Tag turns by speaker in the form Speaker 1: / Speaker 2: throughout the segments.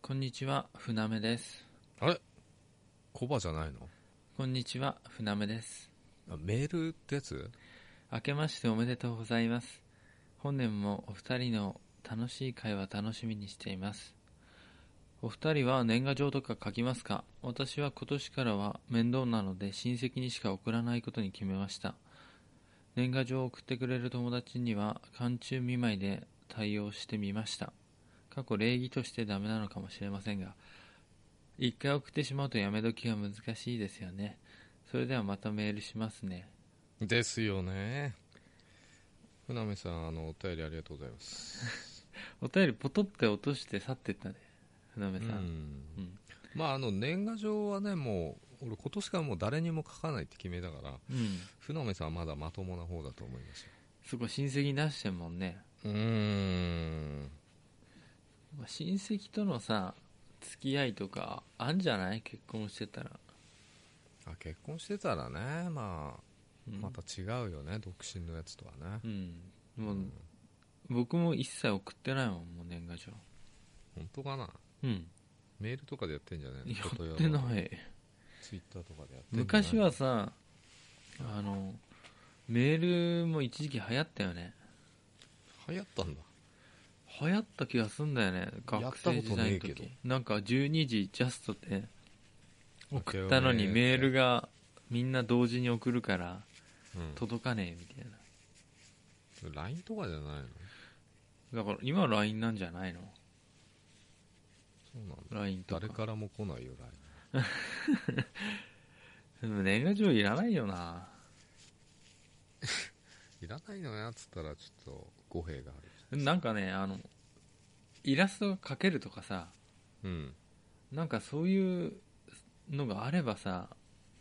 Speaker 1: こんにちは、船目です。
Speaker 2: あれコバじゃないの
Speaker 1: こんにちは、船目です。
Speaker 2: あメールってやつ
Speaker 1: 明けましておめでとうございます。本年もお二人の楽しい会話楽しみにしています。お二人は年賀状とか書きますか私は今年からは面倒なので親戚にしか送らないことに決めました。年賀状を送ってくれる友達には寒中見舞いで対応してみました。過去礼儀としてダメなのかもしれませんが、一回送ってしまうとやめ時が難しいですよね。それではまたメールしますね。
Speaker 2: ですよね。船目さん、あの、お便りありがとうございます。
Speaker 1: お便りポトって落として去ってったね船目
Speaker 2: う
Speaker 1: さん、
Speaker 2: ん
Speaker 1: うん。
Speaker 2: まあ、あの、年賀状はね、もう、俺今年からもう誰にも書かないって決めたから、
Speaker 1: うん
Speaker 2: 船目さんはまだまともな方だと思いますよ。
Speaker 1: そこ親戚に出してんもんね
Speaker 2: うーん。
Speaker 1: まあ親戚とのさ付き合いとかあんじゃない結婚してたら、
Speaker 2: あ結婚してたらね、まあ、
Speaker 1: うん、
Speaker 2: また違うよね、独身のやつとはね
Speaker 1: う。んもう、
Speaker 2: うん
Speaker 1: 僕も一切送ってないもんもう年賀状
Speaker 2: 本当かな
Speaker 1: うん
Speaker 2: メールとかでやってんじゃねえ
Speaker 1: や
Speaker 2: のことよ
Speaker 1: ってない
Speaker 2: ツイッターとかでやってんじゃない
Speaker 1: 昔はさあのメールも一時期流行ったよね
Speaker 2: 流行ったんだ。
Speaker 1: 流行った気がすんだよね
Speaker 2: やっ
Speaker 1: 学
Speaker 2: た
Speaker 1: 生
Speaker 2: こと
Speaker 1: 時
Speaker 2: ね
Speaker 1: 代
Speaker 2: え
Speaker 1: の
Speaker 2: けど
Speaker 1: 時なんか12時ジャストって送っ
Speaker 2: った
Speaker 1: のにメール
Speaker 2: が、
Speaker 1: がみんな同時に送るから
Speaker 2: う
Speaker 1: 届かねえみたい
Speaker 2: ん、LINE とかじゃないの
Speaker 1: なだから今 LINE なんじゃないの
Speaker 2: そうなんだ
Speaker 1: LINE とか
Speaker 2: 誰からも来ないよ LINE
Speaker 1: でも年賀状いらないよない
Speaker 2: らないのやっつったらちょっと語弊がある
Speaker 1: なんかねあのイラストが描けるとかさ
Speaker 2: うん、
Speaker 1: なんかそういうのがあればさ、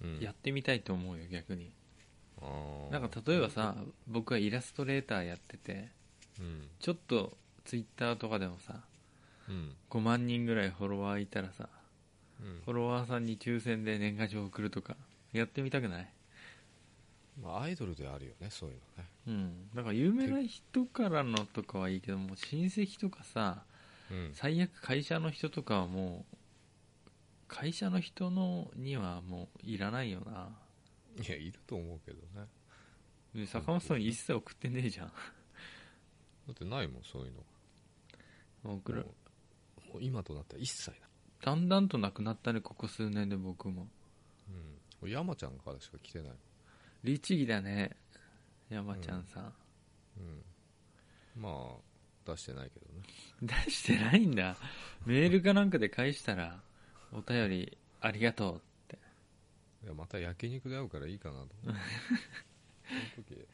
Speaker 2: うん、
Speaker 1: やってみたいと思うよ逆に
Speaker 2: あー
Speaker 1: なんか例えばさ僕はイラストレーターやってて
Speaker 2: うん
Speaker 1: ちょっとツイッターとかでもさ
Speaker 2: うん
Speaker 1: 5万人ぐらいフォロワーいたらさ
Speaker 2: うん
Speaker 1: フォロワーさんに抽選で年賀状送るとかやってみたくない
Speaker 2: まあ、アイドルであるよねそういうのね
Speaker 1: うんだから有名な人からのとかはいいけどもう親戚とかさ
Speaker 2: うん
Speaker 1: 最悪会社の人とかはもう会社の人のにはもういらないよない
Speaker 2: やいると思うけどね
Speaker 1: で坂本さん一切送ってねえじゃん
Speaker 2: だってないもんそういうの
Speaker 1: もう送
Speaker 2: も
Speaker 1: る
Speaker 2: うもう今となっては一切ない、
Speaker 1: だんだんとなくなったねここ数年で僕も
Speaker 2: うん、俺山ちゃんからしか来てない、
Speaker 1: 律儀だね山ちゃんさん、
Speaker 2: うん、まあ出してないけどね
Speaker 1: 出してないんだメールかなんかで返したらお便りありがとう
Speaker 2: いやまた焼肉で会うからいいかなと 思ってその時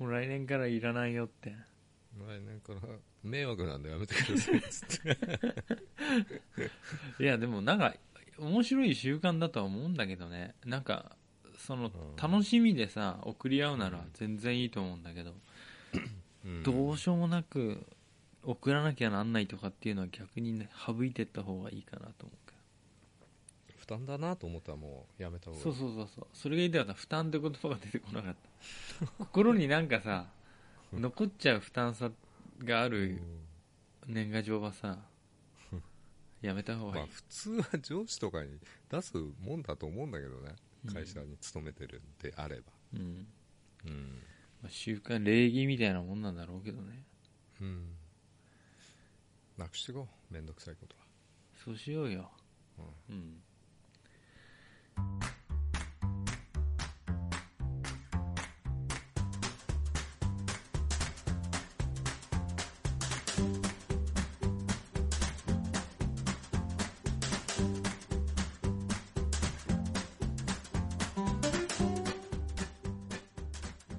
Speaker 1: もう来年からいらないよって
Speaker 2: 来年から迷惑なんでやめてくだ さいっつって
Speaker 1: いやでもなんか面白い習慣だとは思うんだけどねなんかその
Speaker 2: ん
Speaker 1: 楽しみでさ送り合うなら
Speaker 2: うん
Speaker 1: 全然いいと思うんだけど、
Speaker 2: うん
Speaker 1: どうしようもなく送らなきゃなんないとかっていうのは逆に、ね、省いてった方がいいかなと思うか
Speaker 2: 負担だなと思ったらもうやめた
Speaker 1: ら
Speaker 2: 方がいい
Speaker 1: そうそうそうそうそれが言いたかった負担って言葉が出てこなかった心になんかさ残っちゃう負担さがあ
Speaker 2: う
Speaker 1: る
Speaker 2: ん
Speaker 1: 年賀状はさやめた方が
Speaker 2: ま
Speaker 1: い
Speaker 2: あ
Speaker 1: い、
Speaker 2: 普通は上司とかに出すもんだと思うんだけどね会社に勤めてるんであれば
Speaker 1: うん
Speaker 2: うん、
Speaker 1: まあ、習慣礼儀みたいなもんなんだろうけどね
Speaker 2: うん、なくしてこうめんどくさいことは
Speaker 1: そうしようようん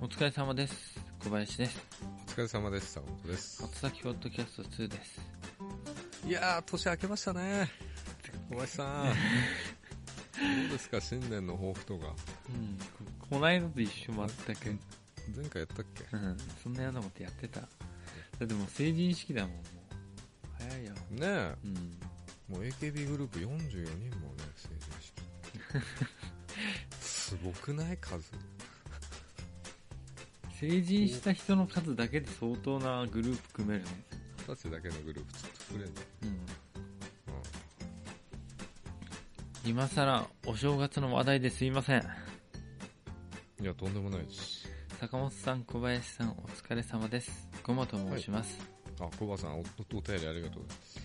Speaker 1: お疲れ様です小林です
Speaker 2: お疲れ様でした本当です
Speaker 1: 初先ポッドキャスト2です
Speaker 2: いやー年明けましたね小林 さんどうですか新年の抱負とか
Speaker 1: うんここないだと一緒全く
Speaker 2: 前回やったっけ
Speaker 1: うん、そんなようなことやってた。だってもう成人式だもん、もう。早いよ。
Speaker 2: ねえ
Speaker 1: うん。
Speaker 2: もう AKB グループ44人もね、成人式。すごくない数。
Speaker 1: 成人した人の数だけで相当なグループ組めるね。
Speaker 2: 二十歳だけのグループちょっと作れんの
Speaker 1: うん。今更お正月の話題ですいません
Speaker 2: いや、とんでもないです。
Speaker 1: 坂本さん小林さんお疲れ様ですごまと申します、
Speaker 2: あ、コバさん、おおお便りありがとうございます。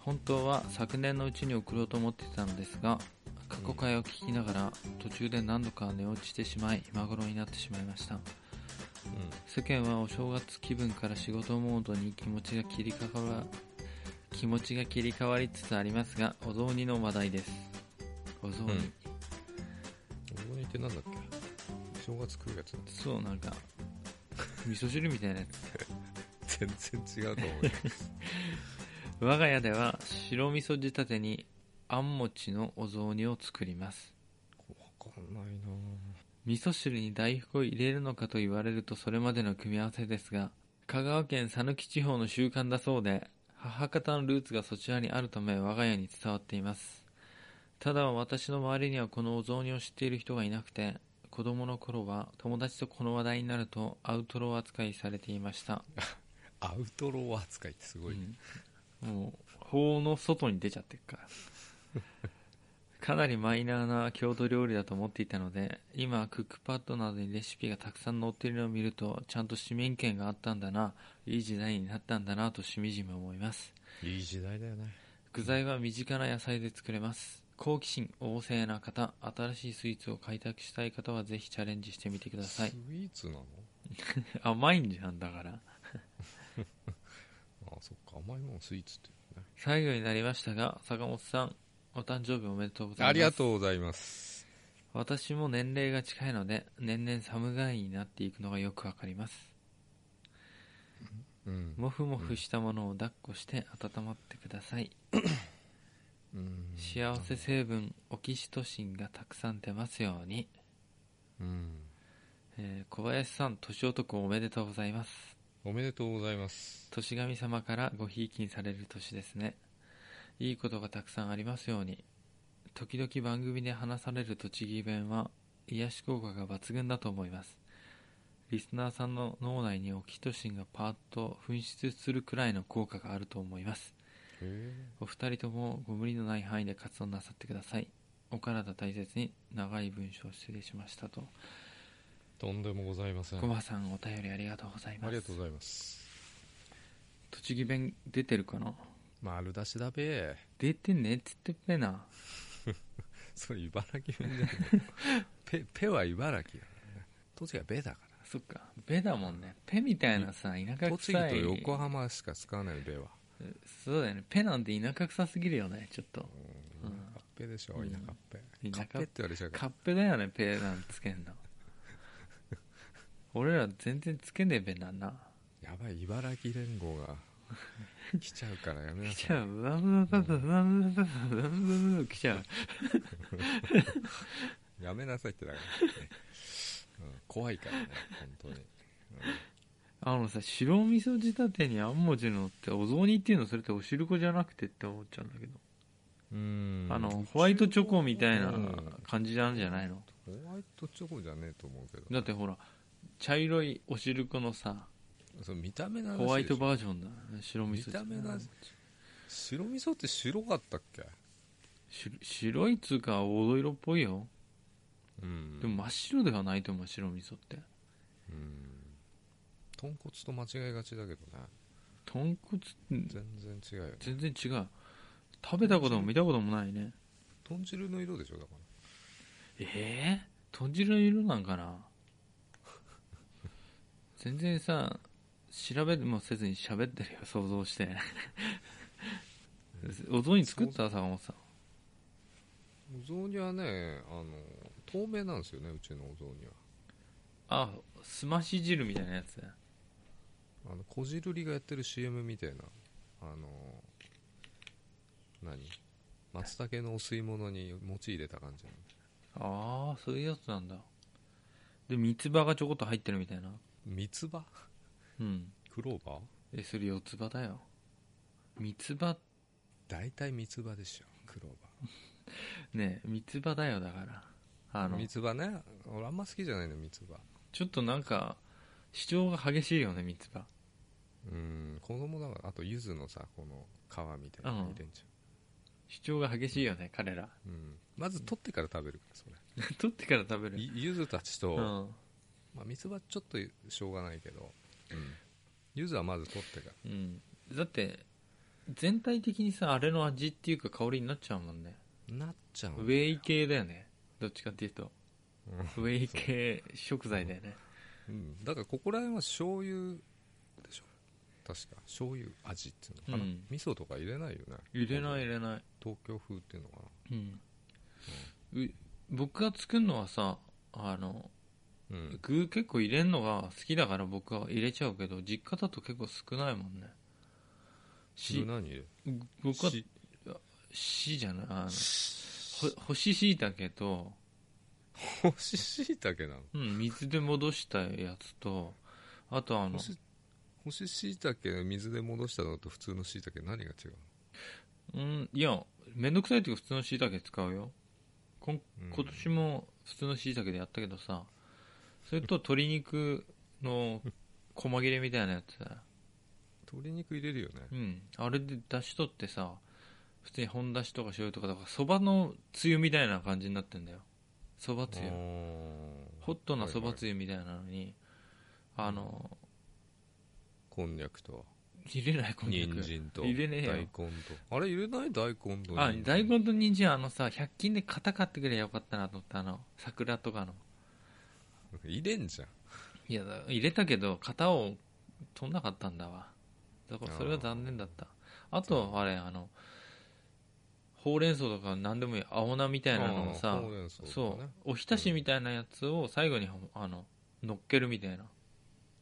Speaker 1: 本当は昨年のうちに送ろうと思っていたのですが過去回を聞きながら途中で何度か寝落ちしてしまい今頃になってしまいました世間はお正月気分から仕事モードに気持ちが切り替わ気持ちが切り替わりつつありますがお雑煮の話題ですお雑煮、
Speaker 2: うんうん。大煮ってなんだっけ正月食うやつ
Speaker 1: そうなんか味噌汁みたいなやつ
Speaker 2: 全然違うと思うよ。
Speaker 1: 我が家では白味噌仕立てにあん餅のお雑煮を作ります
Speaker 2: わかんないな
Speaker 1: 味噌汁に大福を入れるのかと言われるとそれまでの組み合わせですが香川県讃岐地方の習慣だそうで母方のルーツがそちらにあるため我が家に伝わっていますただ私の周りにはこのお雑煮を知っている人がいなくて子供の頃は友達とこの話題になるとアウトロー扱いされていました、
Speaker 2: アウトロー扱いってすごいね。
Speaker 1: うんもう法の外に出ちゃってるから かなりマイナーな郷土料理だと思っていたので今クックパッドなどにレシピがたくさん載っているのを見るとちゃんと市民権があったんだないい時代になったんだなとしみじみ思います
Speaker 2: いい時代だよね。
Speaker 1: 具材は身近な野菜で作れます好奇心旺盛な方新しいスイーツを開拓したい方はぜひチャレンジしてみてくださ い
Speaker 2: スイーツなの
Speaker 1: 甘いんじゃんだから
Speaker 2: あそっか。甘いもんスイーツって言うね。
Speaker 1: 最後になりましたが坂本さんお誕生日おめでとうございます
Speaker 2: ありがとうございます。
Speaker 1: 私も年齢が近いので年々寒がいになっていくのがよくわかります
Speaker 2: うん。
Speaker 1: もふもふしたものを抱っこして温まってください
Speaker 2: うん
Speaker 1: 幸せ成分オキシトシンがたくさん出ますように、
Speaker 2: うん。
Speaker 1: えー小林さん年男おめでとうございます
Speaker 2: おめでとうございます。
Speaker 1: 年神様からごひいきにされる年ですねいいことがたくさんありますように時々番組で話される栃木弁は癒し効果が抜群だと思いますリスナーさんの脳内にオキシトシンがパーッと噴出するくらいの効果があると思います
Speaker 2: へえ。
Speaker 1: お二人ともご無理のない範囲で活動なさってくださいお体大切に長い文章を失礼しましたと
Speaker 2: とんでもございません。
Speaker 1: ごまさんお便りありがとうございます
Speaker 2: ありがとうございます。
Speaker 1: 栃木弁出てるかな
Speaker 2: 丸出しだべ。
Speaker 1: 出てねっつってっぺな
Speaker 2: それ茨城弁じゃない ペペは茨城だからね栃木はベだか
Speaker 1: そっか、ベだもんね。ペみたいなさ、田
Speaker 2: ら
Speaker 1: 舎
Speaker 2: 栃木
Speaker 1: 臭
Speaker 2: と
Speaker 1: い。
Speaker 2: 横浜しか使わないのベは
Speaker 1: そうだよね。ペなんて田舎臭すぎるよね、ちょっと。
Speaker 2: うん田舎っぺでしょ
Speaker 1: う
Speaker 2: 田
Speaker 1: ん
Speaker 2: 舎っぺ
Speaker 1: 田
Speaker 2: か
Speaker 1: 舎
Speaker 2: っぺって言われちゃうか
Speaker 1: カッペだよね、ペなんつけんの。俺ら全然つけねえべなんな。
Speaker 2: らやばい茨城連 合が来ちゃうからやめな
Speaker 1: 来ち
Speaker 2: さい
Speaker 1: ゃう。うわうわうわうわうわうわうわうわ来ちゃう。
Speaker 2: やめなさいってだか ら、うん怖いからね本当に、
Speaker 1: あのさ、白味噌仕立てにあんもちのって、お雑煮っていうのそれってお汁粉じゃなくてって思っちゃうんだけど。
Speaker 2: うん、
Speaker 1: あの、ホワイトチョコみたいな
Speaker 2: うん
Speaker 1: 感じなんじゃないの
Speaker 2: ホワイトチョコじゃねえと思うけど
Speaker 1: だってほら、茶色いお汁粉のさ、
Speaker 2: その見た目の話でしょ
Speaker 1: ホワイトバージョンだ白味噌
Speaker 2: 見た目の味白味噌って白かったっけ
Speaker 1: し白いっつうか黄土色っぽいよ
Speaker 2: うん
Speaker 1: でも真っ白ではないと思う白味噌って
Speaker 2: うん豚骨と間違いがちだけどね
Speaker 1: 豚骨って
Speaker 2: 全然違うよね
Speaker 1: 全然違う食べたことも見たこともないね
Speaker 2: 豚汁の色でしょだか
Speaker 1: ええ豚汁の色なんかな全然さ調べもせずに喋ってるよ想像してお雑煮作った坂本さん
Speaker 2: らお雑煮はねあの透明なんですよねうちのお雑煮は
Speaker 1: あすまし汁みたいなやつ
Speaker 2: あのこじるりがやってる CM みたいなあの何松茸のお吸い物に餅入れた感じなの
Speaker 1: ああそういうやつなんだで三つ葉がちょこっと入ってるみたいな
Speaker 2: 三つ葉
Speaker 1: うん
Speaker 2: クローバー
Speaker 1: えそれ四つ葉だよ三つ葉
Speaker 2: 大体三つ葉でしょクローバ
Speaker 1: ねえ三つ葉だよだからあ
Speaker 2: ー
Speaker 1: の
Speaker 2: 三つ葉ね俺あんま好きじゃないの三つ葉
Speaker 1: ちょっとなんか主張が激しいよね三つ葉
Speaker 2: うん子供だからあと柚子のさこの皮みたいなの入れんじゃん
Speaker 1: 主張が激しいよね彼ら
Speaker 2: うん、まず取ってから食べるからそれ
Speaker 1: 取ってから食べる
Speaker 2: いゆずたちと、
Speaker 1: うん
Speaker 2: まあ、みつばちょっとしょうがないけど、ゆずはまず取ってから
Speaker 1: うん、だって全体的にさあれの味っていうか香りになっちゃうもんね
Speaker 2: なっちゃう
Speaker 1: ウ
Speaker 2: んだよ
Speaker 1: ェイ系だよねどっちかっていうと
Speaker 2: うん
Speaker 1: ウェイ系食材だよね
Speaker 2: うん、だからここら辺は醤油でしょ確か醤油味っていうのかな、
Speaker 1: うん
Speaker 2: 味噌とか入れないよね
Speaker 1: 入れない入れない
Speaker 2: 東京風っていうのかな
Speaker 1: うんう僕が作るのはさあの
Speaker 2: うん、
Speaker 1: 具結構入れるのが好きだから僕は入れちゃうけど実家だと結構少ないもんねし
Speaker 2: 具何入れる
Speaker 1: 僕は
Speaker 2: し
Speaker 1: しじゃないあのほ干し椎茸と、
Speaker 2: 干し椎茸なの
Speaker 1: うん、水で戻したやつとあとあの
Speaker 2: 干し干し椎茸水で戻したのと普通の椎茸何が違う
Speaker 1: うんいやめんどくさい時普通の椎茸使うよこん
Speaker 2: の、うん
Speaker 1: 今年も普通の椎茸でやったけどさそれと鶏肉の細切れみたいなやつ
Speaker 2: 鶏肉入れるよね
Speaker 1: うんあれで出しとってさ普通に本出しとか醤油とかだからそばのつゆみたいな感じになってんだよそばつゆ
Speaker 2: あー
Speaker 1: ホットなそば
Speaker 2: はいはい
Speaker 1: つゆみたいなのに、あの
Speaker 2: こんにゃくと
Speaker 1: 入れないこんにゃ
Speaker 2: 人
Speaker 1: く
Speaker 2: 参と
Speaker 1: 入れねえよ
Speaker 2: 大根とあれ入れない大根と
Speaker 1: あ
Speaker 2: 人参
Speaker 1: 大根と人参はあのさ100均で型買ってくればよかったなと思ったあの桜とかの
Speaker 2: 入れんじゃん
Speaker 1: いやだ入れたけど型を取んなかったんだわだからそれは
Speaker 2: あー
Speaker 1: 残念だったあとあれあのほうれん草とか何でもいい青菜みたいなのを
Speaker 2: あ
Speaker 1: さ
Speaker 2: ーほうれん草とかね
Speaker 1: そうおひたしみたいなやつを最後にあの乗っけるみたいな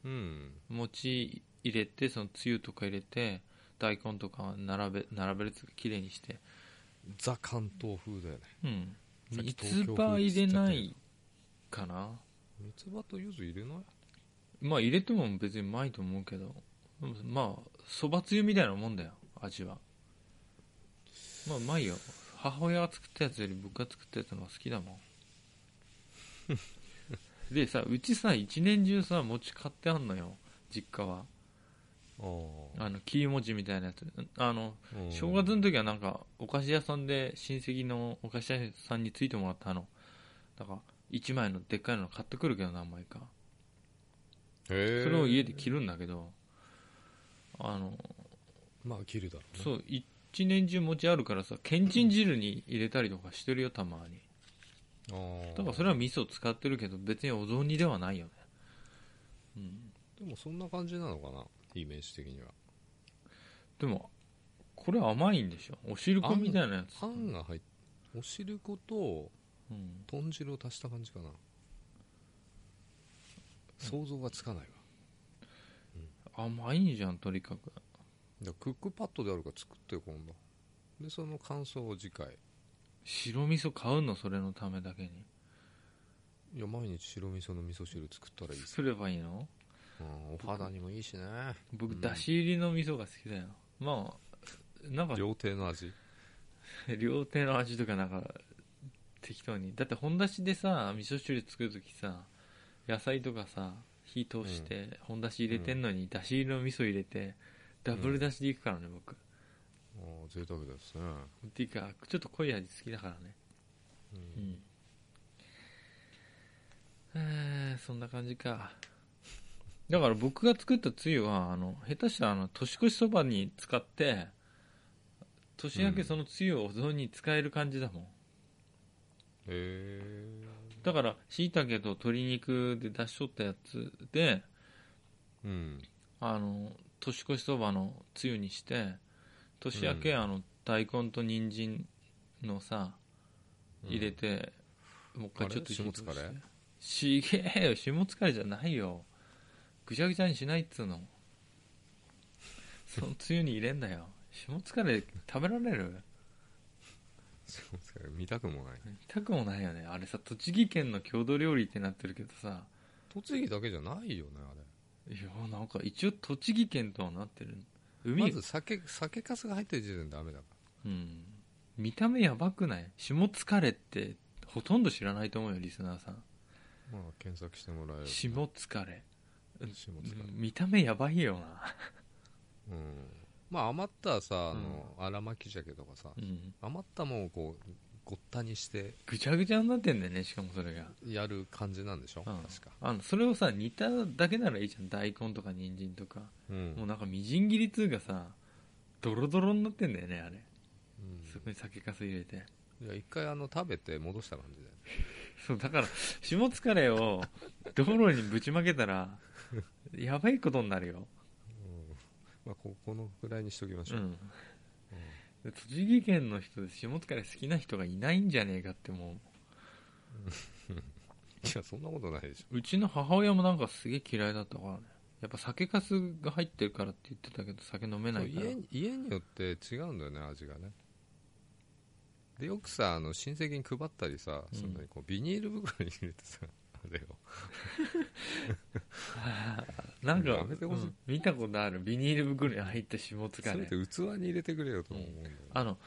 Speaker 2: うん
Speaker 1: 餅入れてそのつゆとか入れて大根とか並べ並べるやつがきれいにして
Speaker 2: ザ関東風だよね
Speaker 1: うん
Speaker 2: さ
Speaker 1: 三
Speaker 2: っき
Speaker 1: つ
Speaker 2: 東京
Speaker 1: 葉
Speaker 2: 風っつっちゃ
Speaker 1: 入れ
Speaker 2: ったけど
Speaker 1: ないかな
Speaker 2: 三つ葉と柚子入れない
Speaker 1: まあ入れても別にうまいと思うけどまあそばつゆみたいなもんだよ味はまあうまいよ母親が作ったやつより僕が作ったやつの方が好きだも んでさうちさ一年中さ餅買ってあんのよ実家はあの切り餅みたいなやつあの
Speaker 2: うん
Speaker 1: 正月の時はなんかお菓子屋さんで親戚のお菓子屋さんについてもらったのだから1枚のでっかいの買ってくるけど何枚か
Speaker 2: へえ
Speaker 1: それを家で切るんだけどあの
Speaker 2: まあ切るだろうね
Speaker 1: そう一年中餅あるからさけんちん汁に入れたりとかしてるよたまに
Speaker 2: ああ
Speaker 1: だからそれは味噌使ってるけど別にお雑煮ではないよねうん
Speaker 2: でもそんな感じなのかなイメージ的には
Speaker 1: でもこれ甘いんでしょお汁粉みたいなやつ
Speaker 2: あんが入っお汁粉と
Speaker 1: うん
Speaker 2: 豚汁を足した感じかな想像がつかないわ
Speaker 1: 甘いんじゃんとにかく
Speaker 2: じゃクックパッドであるから作ってよ今度でその感想を次回
Speaker 1: 白味噌買うのそれのためだけに
Speaker 2: いや毎日白味噌の味噌汁作ったらいいです、
Speaker 1: すればいいの
Speaker 2: うん、お肌にもいいしね
Speaker 1: 僕
Speaker 2: うん
Speaker 1: だし入りの味噌が好きだよまあなんか
Speaker 2: 料亭の味
Speaker 1: 料亭の味とかなんか適当にだって本だしでさ味噌汁作るときさ野菜とかさ火通して本だし入れてんのにだし入りの味噌入れてダブルだしでいくからね僕
Speaker 2: ああ贅沢ですね、
Speaker 1: っていうかちょっと濃い味好きだからね
Speaker 2: う
Speaker 1: うんんえーそんな感じかだから僕が作ったつゆはあの下手したらあの年越しそばに使って年明けそのつゆをお雑煮に使える感じだもん
Speaker 2: へえ
Speaker 1: だから椎茸と鶏肉で出しとったやつで
Speaker 2: うん
Speaker 1: あの年越しそばのつゆにして年明け、
Speaker 2: うん
Speaker 1: あの大根と人参のさ入れて、もう一回ちょっと
Speaker 2: あれ
Speaker 1: 火通して
Speaker 2: 下疲
Speaker 1: しげ
Speaker 2: れ
Speaker 1: えよ下疲れじゃないよぐちゃぐちゃにしないっつうのそのつゆに入れんだよ下疲れ食べられる
Speaker 2: そうですかね見たくもない
Speaker 1: 痛くもないよねあれさ栃木県の郷土料理ってなってるけどさ
Speaker 2: 栃木だけじゃないよねあれ
Speaker 1: いやなんか一応栃木県とはなってる海、
Speaker 2: まず酒酒粕が入ってる時点でダメだか
Speaker 1: うん見た目やばくない下疲れってほとんど知らないと思うよリスナーさん
Speaker 2: ら、まあ、検索してもらえる
Speaker 1: 下疲れ
Speaker 2: 下塚
Speaker 1: うん見た目やばいよな
Speaker 2: うん、ままあ余ったさ、あ
Speaker 1: うん
Speaker 2: の、荒巻鮭とかさ、
Speaker 1: うん、
Speaker 2: 余ったもんをこう、ごったにして
Speaker 1: ぐちゃぐちゃになってんだよねしかもそれが、
Speaker 2: やる感じなんでしょ、
Speaker 1: うん
Speaker 2: 確か。
Speaker 1: あのそれをさ煮ただけならいいじゃん大根とか人参とか、
Speaker 2: うん。
Speaker 1: もうなんかみじん切りっつうかさドロドロになってんだよねあれ
Speaker 2: うん
Speaker 1: そこに酒粕入れて
Speaker 2: いや、一回あの、食べて戻した感じだよね。
Speaker 1: そうだから下疲れを道路にぶちまけた らやばいことになるよ、
Speaker 2: うんまあ、ここのくらいにしときまし
Speaker 1: う
Speaker 2: ょう。
Speaker 1: ん、
Speaker 2: うん
Speaker 1: で栃木県の人で下疲れ好きな人がいないんじゃねえかっても
Speaker 2: いや、そんなことないでしょ。
Speaker 1: ううちの母親もなんかすげえ嫌いだったからねやっぱ酒粕が入ってるからって言ってたけど酒飲めないから
Speaker 2: 家に家によって違うんだよね味がねでよくさあの親戚に配ったりさ、
Speaker 1: うん
Speaker 2: そんなにこうビニール袋に入れてさあれ を
Speaker 1: なんか
Speaker 2: やめてほしい
Speaker 1: うん見たことあるビニール袋に入った下
Speaker 2: せ
Speaker 1: 疲
Speaker 2: め
Speaker 1: れ
Speaker 2: て器に入れてくれよとも思うんだよ、ね
Speaker 1: あの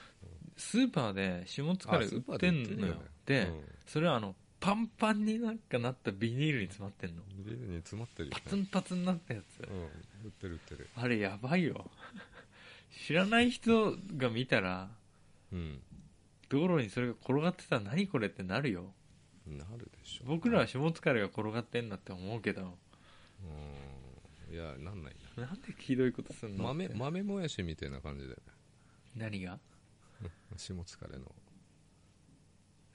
Speaker 1: スーパーで下疲れ
Speaker 2: あスーパ
Speaker 1: 売っ
Speaker 2: ー
Speaker 1: て
Speaker 2: で売って
Speaker 1: ん
Speaker 2: ん
Speaker 1: の
Speaker 2: だ
Speaker 1: よ
Speaker 2: よね
Speaker 1: で、
Speaker 2: うん
Speaker 1: それはあのパンパンになんかなったビニールに詰まってんの
Speaker 2: ビニールに詰まってるよ
Speaker 1: パツ
Speaker 2: ね
Speaker 1: ンパツンになったやつ、
Speaker 2: うん売ってる売ってる
Speaker 1: あれやばいよ知らない人が見たら
Speaker 2: うん
Speaker 1: 道路にそれが転がってたら何これってなるよ
Speaker 2: なるでしょ
Speaker 1: 僕らは下疲れが転がってんだって思うけど
Speaker 2: うんいやなんないな
Speaker 1: なんでひどいことすんの
Speaker 2: 豆
Speaker 1: って
Speaker 2: 豆もやしみたいな感じだよね
Speaker 1: 何が
Speaker 2: 下疲れの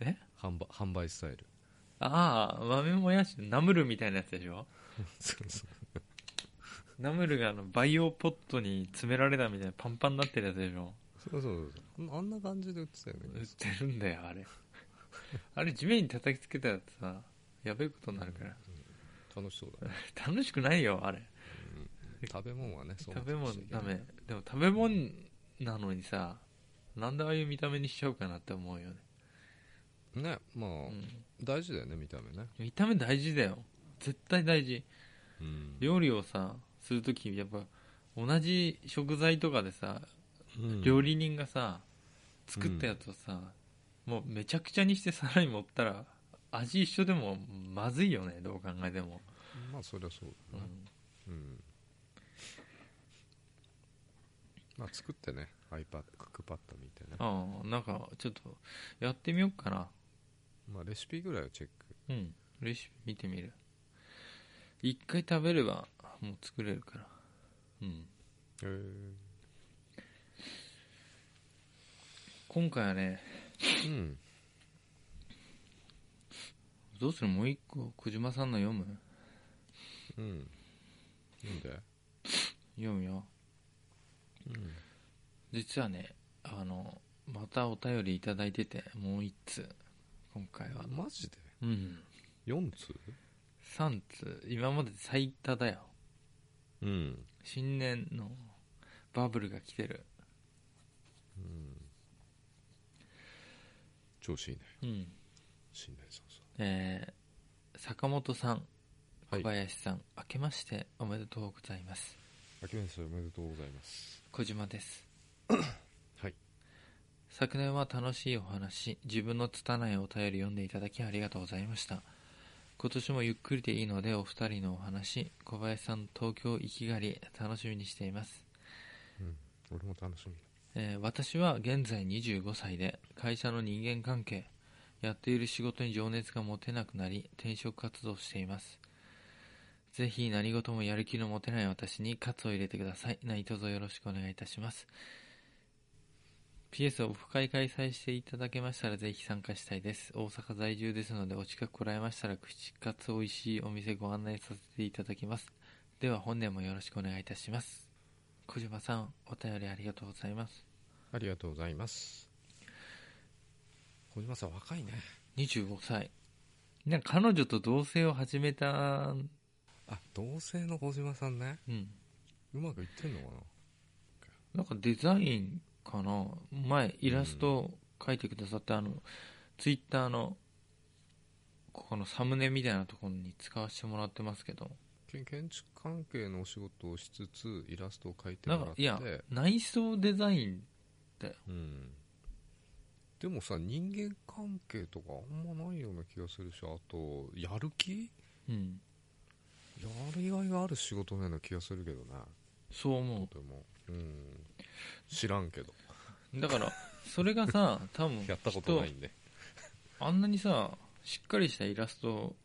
Speaker 1: え
Speaker 2: 販売販売スタイル
Speaker 1: ああ豆もやしナムルみたいなやつでしょ
Speaker 2: そうそう
Speaker 1: ナムルがあの培養ポットに詰められたみたいなパンパンになってるやつでしょ
Speaker 2: そうそうそうあんな感じで売ってたよ
Speaker 1: 売
Speaker 2: ね
Speaker 1: ってるんだよあれあれ地面に叩きつけたらさやべえことになるから
Speaker 2: 楽しそうだね
Speaker 1: 楽しくないよあれ
Speaker 2: 食べ物はねそうなっ
Speaker 1: 食
Speaker 2: て
Speaker 1: べ
Speaker 2: ま
Speaker 1: 物
Speaker 2: したけど
Speaker 1: ダメでも食べ物なのにさなんでああいう見た目にしちゃうかなって思うよね、
Speaker 2: ねまあ、
Speaker 1: うん
Speaker 2: 大事だよね見た目ね
Speaker 1: 見た目大事だよ絶対大事
Speaker 2: うん
Speaker 1: 料理をさするときやっぱ同じ食材とかでさ
Speaker 2: うん
Speaker 1: 料理人がさ作ったやつをさ、もうめちゃくちゃにして皿に盛ったら味一緒でもまずいよねどう考えても、
Speaker 2: まあそりゃそう
Speaker 1: う
Speaker 2: だ
Speaker 1: ん
Speaker 2: ねうん、まあ作ってね iPad クックパッド見てね
Speaker 1: ああなんかちょっとやってみようかな
Speaker 2: まあレシピぐらいはチェック
Speaker 1: うんレシピ見てみる一回食べればもう作れるからうん
Speaker 2: へえ
Speaker 1: 今回はね
Speaker 2: うん
Speaker 1: どうするもう一個小島さんの読む
Speaker 2: うんなんで
Speaker 1: 読むよ
Speaker 2: うん
Speaker 1: 実はねあのまたお便りいただいててもう一通今回は
Speaker 2: マジで
Speaker 1: うん
Speaker 2: 4通
Speaker 1: 3通今まで最多だよ
Speaker 2: うん、
Speaker 1: 新年のバブルが来てる
Speaker 2: うん、調子いいね
Speaker 1: うん
Speaker 2: 新年早々
Speaker 1: えー坂本さん小
Speaker 2: はい
Speaker 1: 林さん、明けましておめでとうございます
Speaker 2: あきめさんおめでとうございます
Speaker 1: 小島です
Speaker 2: はい
Speaker 1: 昨年は楽しいお話自分の拙いお便り読んでいただきありがとうございました今年もゆっくりでいいのでお二人のお話小林さんの東京行きがり楽しみにしています
Speaker 2: うん俺も楽しみ
Speaker 1: えー私は現在25歳で会社の人間関係やっている仕事に情熱が持てなくなり転職活動をしていますぜひ何事もやる気の持てない私に喝を入れてください何卒よろしくお願いいたします PS オフ会開催していただけましたらぜひ参加したいです大阪在住ですのでお近く来られましたら口活美味しいお店ご案内させていただきますでは本年もよろしくお願いいたします小島さんお便りありがとうございます
Speaker 2: ありがとうございます。小島さん若いね。
Speaker 1: 25歳なんか彼女と同棲を始めた
Speaker 2: あ、同性の小島さんね。
Speaker 1: うん
Speaker 2: うまくいってんのか
Speaker 1: なんかデザインかな前イラストを描いてくださって、あのツイッターのここのサムネみたいなところに使わせてもらってますけど
Speaker 2: なけ建築関係のお仕事をしつつ、イラストを描いて
Speaker 1: なん
Speaker 2: もら
Speaker 1: か
Speaker 2: っ
Speaker 1: い
Speaker 2: て。
Speaker 1: や内装デザイン
Speaker 2: うん。でもさ、人間関係とかあんまないような気がするし、あと、やる気
Speaker 1: うん
Speaker 2: やる意外がある仕事のような気がするけどね。
Speaker 1: そう思う
Speaker 2: とても。うん。知らんけど
Speaker 1: だからそれが さ多分
Speaker 2: やったことないんで
Speaker 1: あんなにさしっかりしたイラストを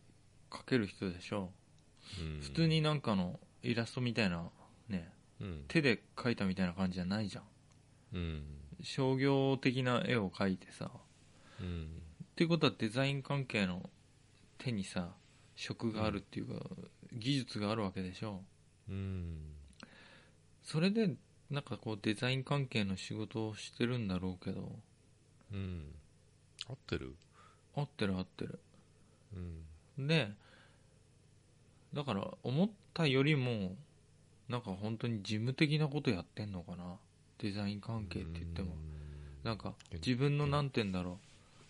Speaker 1: 描ける人でしょ
Speaker 2: うん
Speaker 1: 普通になんかのイラストみたいなね
Speaker 2: うん
Speaker 1: 手で描いたみたいな感じじゃないじゃん
Speaker 2: うん
Speaker 1: 商業的な絵を描いてさ
Speaker 2: うん
Speaker 1: っていうことはデザイン関係の手にさ職があるっていうか、技術があるわけでしょ
Speaker 2: うん
Speaker 1: それでなんかこうデザイン関係の仕事をしてるんだろうけど
Speaker 2: うん合ってる
Speaker 1: 合ってる合ってる
Speaker 2: うん
Speaker 1: でだから思ったよりもなんか本当に事務的なことやってんのかなデザイン関係って言ってもなんか自分の何て言うんだろう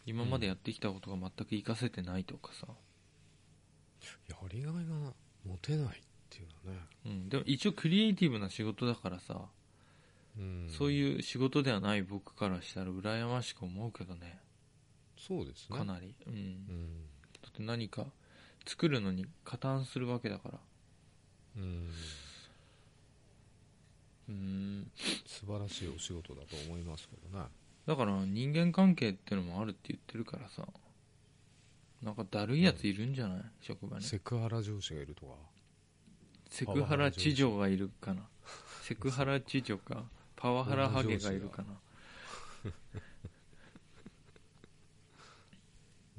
Speaker 1: 今までやってきたことが全く活かせてないとかさ、
Speaker 2: やりがいが持てないっていうのはね
Speaker 1: うん、でも一応クリエイティブな仕事だからさ、
Speaker 2: うん
Speaker 1: そういう仕事ではない僕からしたら羨ましく思うけどね
Speaker 2: そうですね
Speaker 1: かなり、うん
Speaker 2: う
Speaker 1: だ
Speaker 2: ん
Speaker 1: って何か作るのに加担するわけだから
Speaker 2: うん
Speaker 1: うん
Speaker 2: 素晴らしいお仕事だと思いますけどね
Speaker 1: だから人間関係ってのもあるって言ってるからさなんかだるいやついるんじゃない、職場に
Speaker 2: セクハラ上司がいるとか
Speaker 1: セクハラ知女がいる かなセクハラ知女かパワハラハゲがいるかな
Speaker 2: う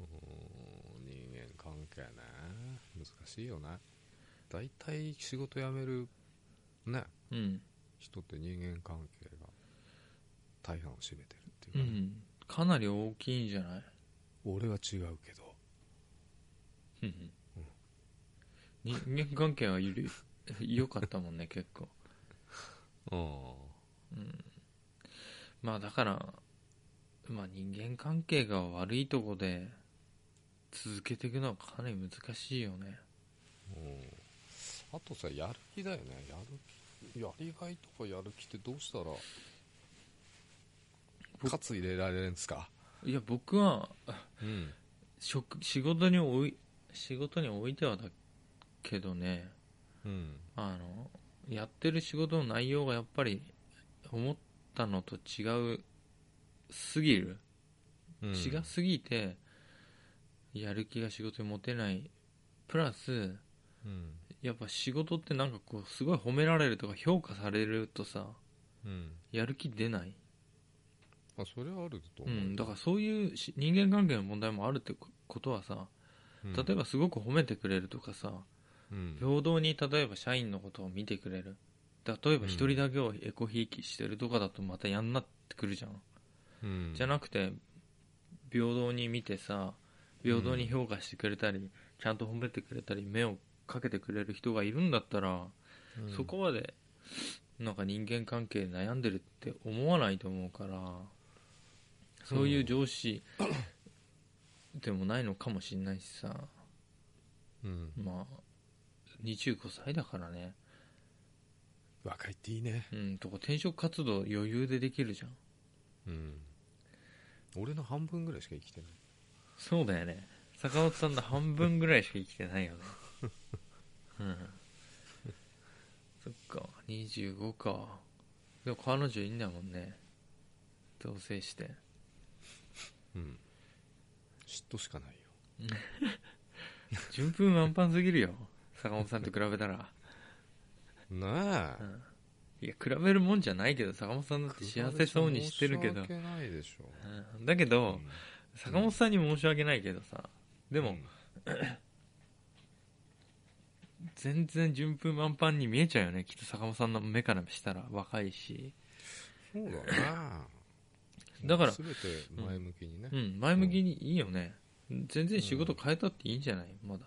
Speaker 2: ん人間関係ね難しいよね大体仕事辞めるね
Speaker 1: うん、
Speaker 2: 人って人間関係が大半を占めてるっていう
Speaker 1: う
Speaker 2: か
Speaker 1: ん、か
Speaker 2: ね、
Speaker 1: なり大きいんじゃない
Speaker 2: 俺は違うけど
Speaker 1: うん人間関係はゆる 良かったもんね結構、うん、まあだから、まあ、人間関係が悪いとこで続けていくのはかなり難しいよね
Speaker 2: うんあとさやる気だよねやる気やりがいとかやる気ってどうしたら
Speaker 1: 僕
Speaker 2: かつ入れられるんですか
Speaker 1: いや僕は
Speaker 2: うん
Speaker 1: 職仕事におい仕事においてはだけどね
Speaker 2: うん
Speaker 1: あのやってる仕事の内容がやっぱり思ったのと違うすぎる
Speaker 2: うん
Speaker 1: 違うすぎてやる気が仕事に持てないプラス
Speaker 2: うん
Speaker 1: やっぱ仕事ってなんかこうすごい褒められるとか評価されるとさ
Speaker 2: うん
Speaker 1: やる気出ない、
Speaker 2: あそれはあると
Speaker 1: う
Speaker 2: 思う、
Speaker 1: ん、だからそういうし人間関係の問題もあるってこことはさ
Speaker 2: うん
Speaker 1: 例えばすごく褒めてくれるとかさ
Speaker 2: うん
Speaker 1: 平等に例えば社員のことを見てくれる例えば一人だけをエコひいきしてるとかだとまたやんなってくるじゃん
Speaker 2: うん
Speaker 1: じゃなくて平等に見てさ平等に評価してくれたり、ちゃんと褒めてくれたり目をかけてくれる人がいるんだったら、
Speaker 2: うん
Speaker 1: そこまでなんか人間関係で悩んでるって思わないと思うからそういう上司でもないのかもしれないしさ
Speaker 2: うん
Speaker 1: まあ25歳だからね
Speaker 2: 若いっていいね
Speaker 1: うんとか転職活動余裕でできるじゃん
Speaker 2: うん俺の半分ぐらいしか生きてない
Speaker 1: そうだよね坂本さんの半分ぐらいしか生きて ないよねうんそっか25かでも彼女いんだもんね同棲して
Speaker 2: うん嫉妬しかないよ
Speaker 1: 順風満帆すぎるよ坂本さんと比べたら、
Speaker 2: な
Speaker 1: う
Speaker 2: あ
Speaker 1: ん、いや比べるもんじゃないけど坂本さんだって幸せそうにしてるけど
Speaker 2: 比べ、ちゃ申し訳ないでしょ
Speaker 1: うんだけど、
Speaker 2: ん
Speaker 1: 坂本さんに申し訳ないけどさでも、
Speaker 2: うん
Speaker 1: 全然順風満帆に見えちゃうよねきっと坂本さんの目からしたら若いし
Speaker 2: そうだな
Speaker 1: だから
Speaker 2: 全て前向きにね
Speaker 1: うん前向きにいいよね全然仕事変えたっていいんじゃないまだ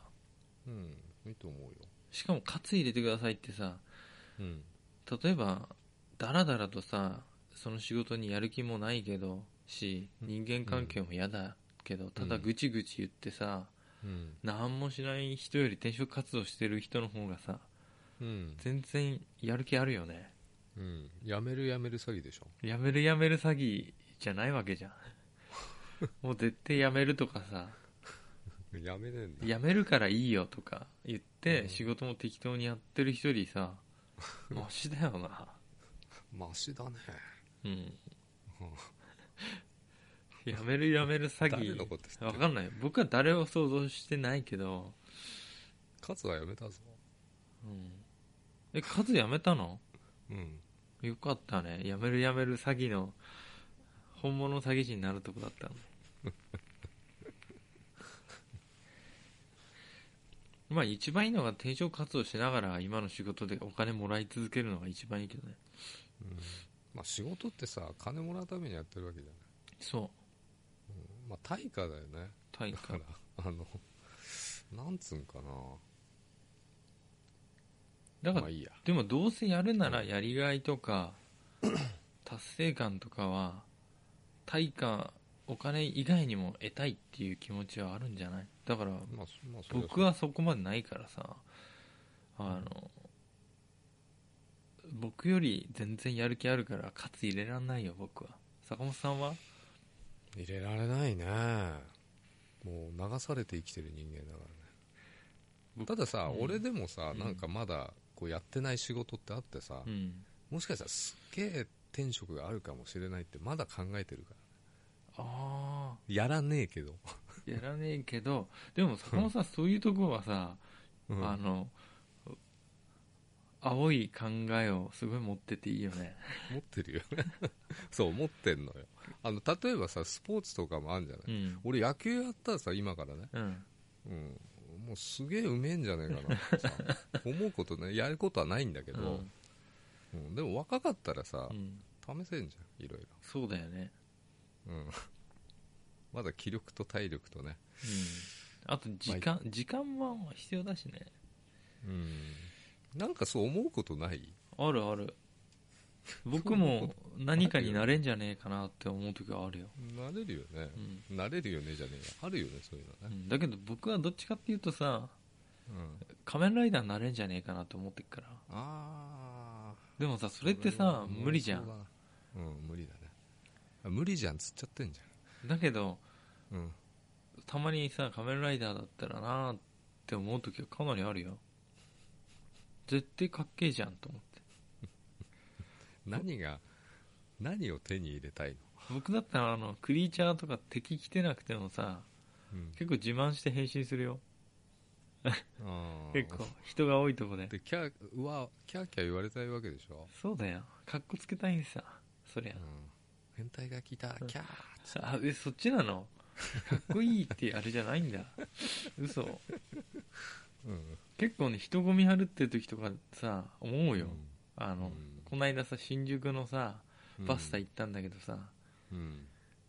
Speaker 2: うん、いいと思うよ
Speaker 1: しかも「つ入れてください」ってさ
Speaker 2: うん
Speaker 1: 例えばダラダラとさその仕事にやる気もないけどし人間関係も嫌だけど、ただぐちぐち言ってさ、
Speaker 2: うん
Speaker 1: 何もしない人より転職活動してる人の方がさ
Speaker 2: うん、
Speaker 1: 全然やる気あるよね
Speaker 2: うん、やめるやめる詐欺でしょ
Speaker 1: やめるやめる詐欺じゃないわ けじゃんもう絶対やめるとかさ
Speaker 2: やめねえんだ
Speaker 1: やめるからいいよとか言っ
Speaker 2: う
Speaker 1: て
Speaker 2: ん
Speaker 1: 仕事も適当にやってる人よりさマシだよな
Speaker 2: マシだね
Speaker 1: うん。やめるやめる詐
Speaker 2: 誰の
Speaker 1: 欺。
Speaker 2: こと言
Speaker 1: わ
Speaker 2: ってる
Speaker 1: かんない。僕は誰を想像してないけど。
Speaker 2: カツはやめたぞ
Speaker 1: うん、え、カズやめたの
Speaker 2: うん
Speaker 1: よかったね。やめるやめる詐欺の、本物詐欺師になるとこだ ったの。まあ一番いいのが定常活動しながら今の仕事でお金もらい続けるのが一番いいけどね。
Speaker 2: うんまあ仕事ってさ金もらうためにやってるわけじゃない、
Speaker 1: そう。
Speaker 2: うんまあ対価だよね
Speaker 1: 対
Speaker 2: だ
Speaker 1: 価
Speaker 2: か。らあのなんつうんかな
Speaker 1: だか
Speaker 2: ま
Speaker 1: ら
Speaker 2: あ、いいや
Speaker 1: でもどうせやるならやりがいとか、 達成感とかは、対価、お金以外にも得たいっていう気持ちはあるんじゃないだから
Speaker 2: まあ、そまあ、それ
Speaker 1: 僕はそこまでないからさあの僕より全然やる気あるから勝つ入れらんないよ僕は坂本さんは
Speaker 2: 入れられないねもう流されて生きてる人間だからね
Speaker 1: 僕
Speaker 2: たださ、
Speaker 1: うん
Speaker 2: 俺でもさ、
Speaker 1: うん
Speaker 2: なんかまだこうやってない仕事ってあってさ、
Speaker 1: うん
Speaker 2: もしかしたらすっげえ転職があるかもしれないってまだ考えてるから
Speaker 1: あ
Speaker 2: やらねえけど、
Speaker 1: あやらねえけどでも坂本さんそういうところはさ、
Speaker 2: うん
Speaker 1: あの青い考えをすごい持ってていいよね
Speaker 2: 持ってるよ そう持ってんのよあの例えばさスポーツとかもあるんじゃない、
Speaker 1: うん
Speaker 2: 俺野球やったらさ今からね、
Speaker 1: うん
Speaker 2: うん、もうすげえうめえんじゃねえか なってさ思うことねやることはないんだけ
Speaker 1: う
Speaker 2: ど、
Speaker 1: ん
Speaker 2: うんでも若かったらさ
Speaker 1: う、ん
Speaker 2: 試せんじゃんいろい
Speaker 1: そうだよね
Speaker 2: ろ、うん、 まだ気力と体力とね、
Speaker 1: うんあと時間時間も必要だしね
Speaker 2: うん、なんかそう思うことない
Speaker 1: あるある僕も何かになれんじゃねえかなって思う時はあるよ、
Speaker 2: なれるよね
Speaker 1: う、ん
Speaker 2: なれるよねじゃねえよあるよねそういう
Speaker 1: う
Speaker 2: のね、
Speaker 1: んだけど僕はどっちかっていうとさ
Speaker 2: うん、
Speaker 1: 仮面ライダーになれんじゃねえかなって思ってっから
Speaker 2: ああ
Speaker 1: でもさ
Speaker 2: そ
Speaker 1: それってさ無理じゃん
Speaker 2: うだなうん無理だねあ無理じゃんつっちゃってんじ
Speaker 1: だけど
Speaker 2: ゃんうん
Speaker 1: たまにさ仮面ライダーだったらなーって思う時はかなりあるよ絶対かっけえじゃんと思って
Speaker 2: 何が何を手に入れたいの、
Speaker 1: 僕だったらあのクリーチャーとか敵来てなくてもさ
Speaker 2: うん
Speaker 1: 結構自慢して変身するよ
Speaker 2: あー
Speaker 1: 結構人が多いとこで
Speaker 2: でキャーうわキャーキャー言われたいわけでしょ、
Speaker 1: そうだよかっこつけたいんさそりゃ
Speaker 2: うん、変態が来たキャー
Speaker 1: あえそっちなのかっこいいってあれじゃないんだ嘘
Speaker 2: うん
Speaker 1: 結構ね人混み歩ってる時とかさ思う
Speaker 2: う
Speaker 1: よ、
Speaker 2: ん
Speaker 1: あの、
Speaker 2: うん
Speaker 1: こないださ新宿のさバスタ行ったんだけどさ、
Speaker 2: うん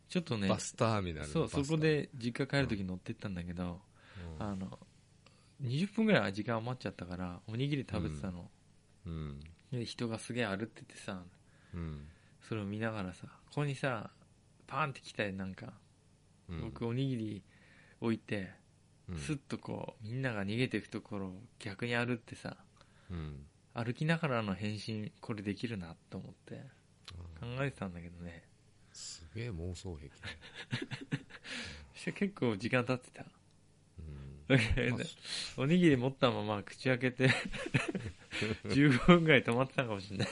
Speaker 1: ちょっとね
Speaker 2: バスターミナル
Speaker 1: そう
Speaker 2: バスタ
Speaker 1: そこで実家帰る時乗ってったんだけど、あの20分ぐらい時間余っちゃったからおにぎり食べてたの、
Speaker 2: うんうん
Speaker 1: で人がすげえ歩っててさ
Speaker 2: うん
Speaker 1: それを見ながらさここにさパーンって来たなんか、
Speaker 2: うん
Speaker 1: 僕おにぎり置いて
Speaker 2: うん
Speaker 1: スッとこうみんなが逃げていくところを逆に歩ってさ
Speaker 2: うん
Speaker 1: 歩きながらの変身これできるなと思って考
Speaker 2: あー
Speaker 1: えてたんだけどね
Speaker 2: すげえ妄想癖ね、
Speaker 1: そして結構時間経ってた
Speaker 2: うんま あ
Speaker 1: おにぎり持ったまま口開けて15分ぐらい止まってたかもし れない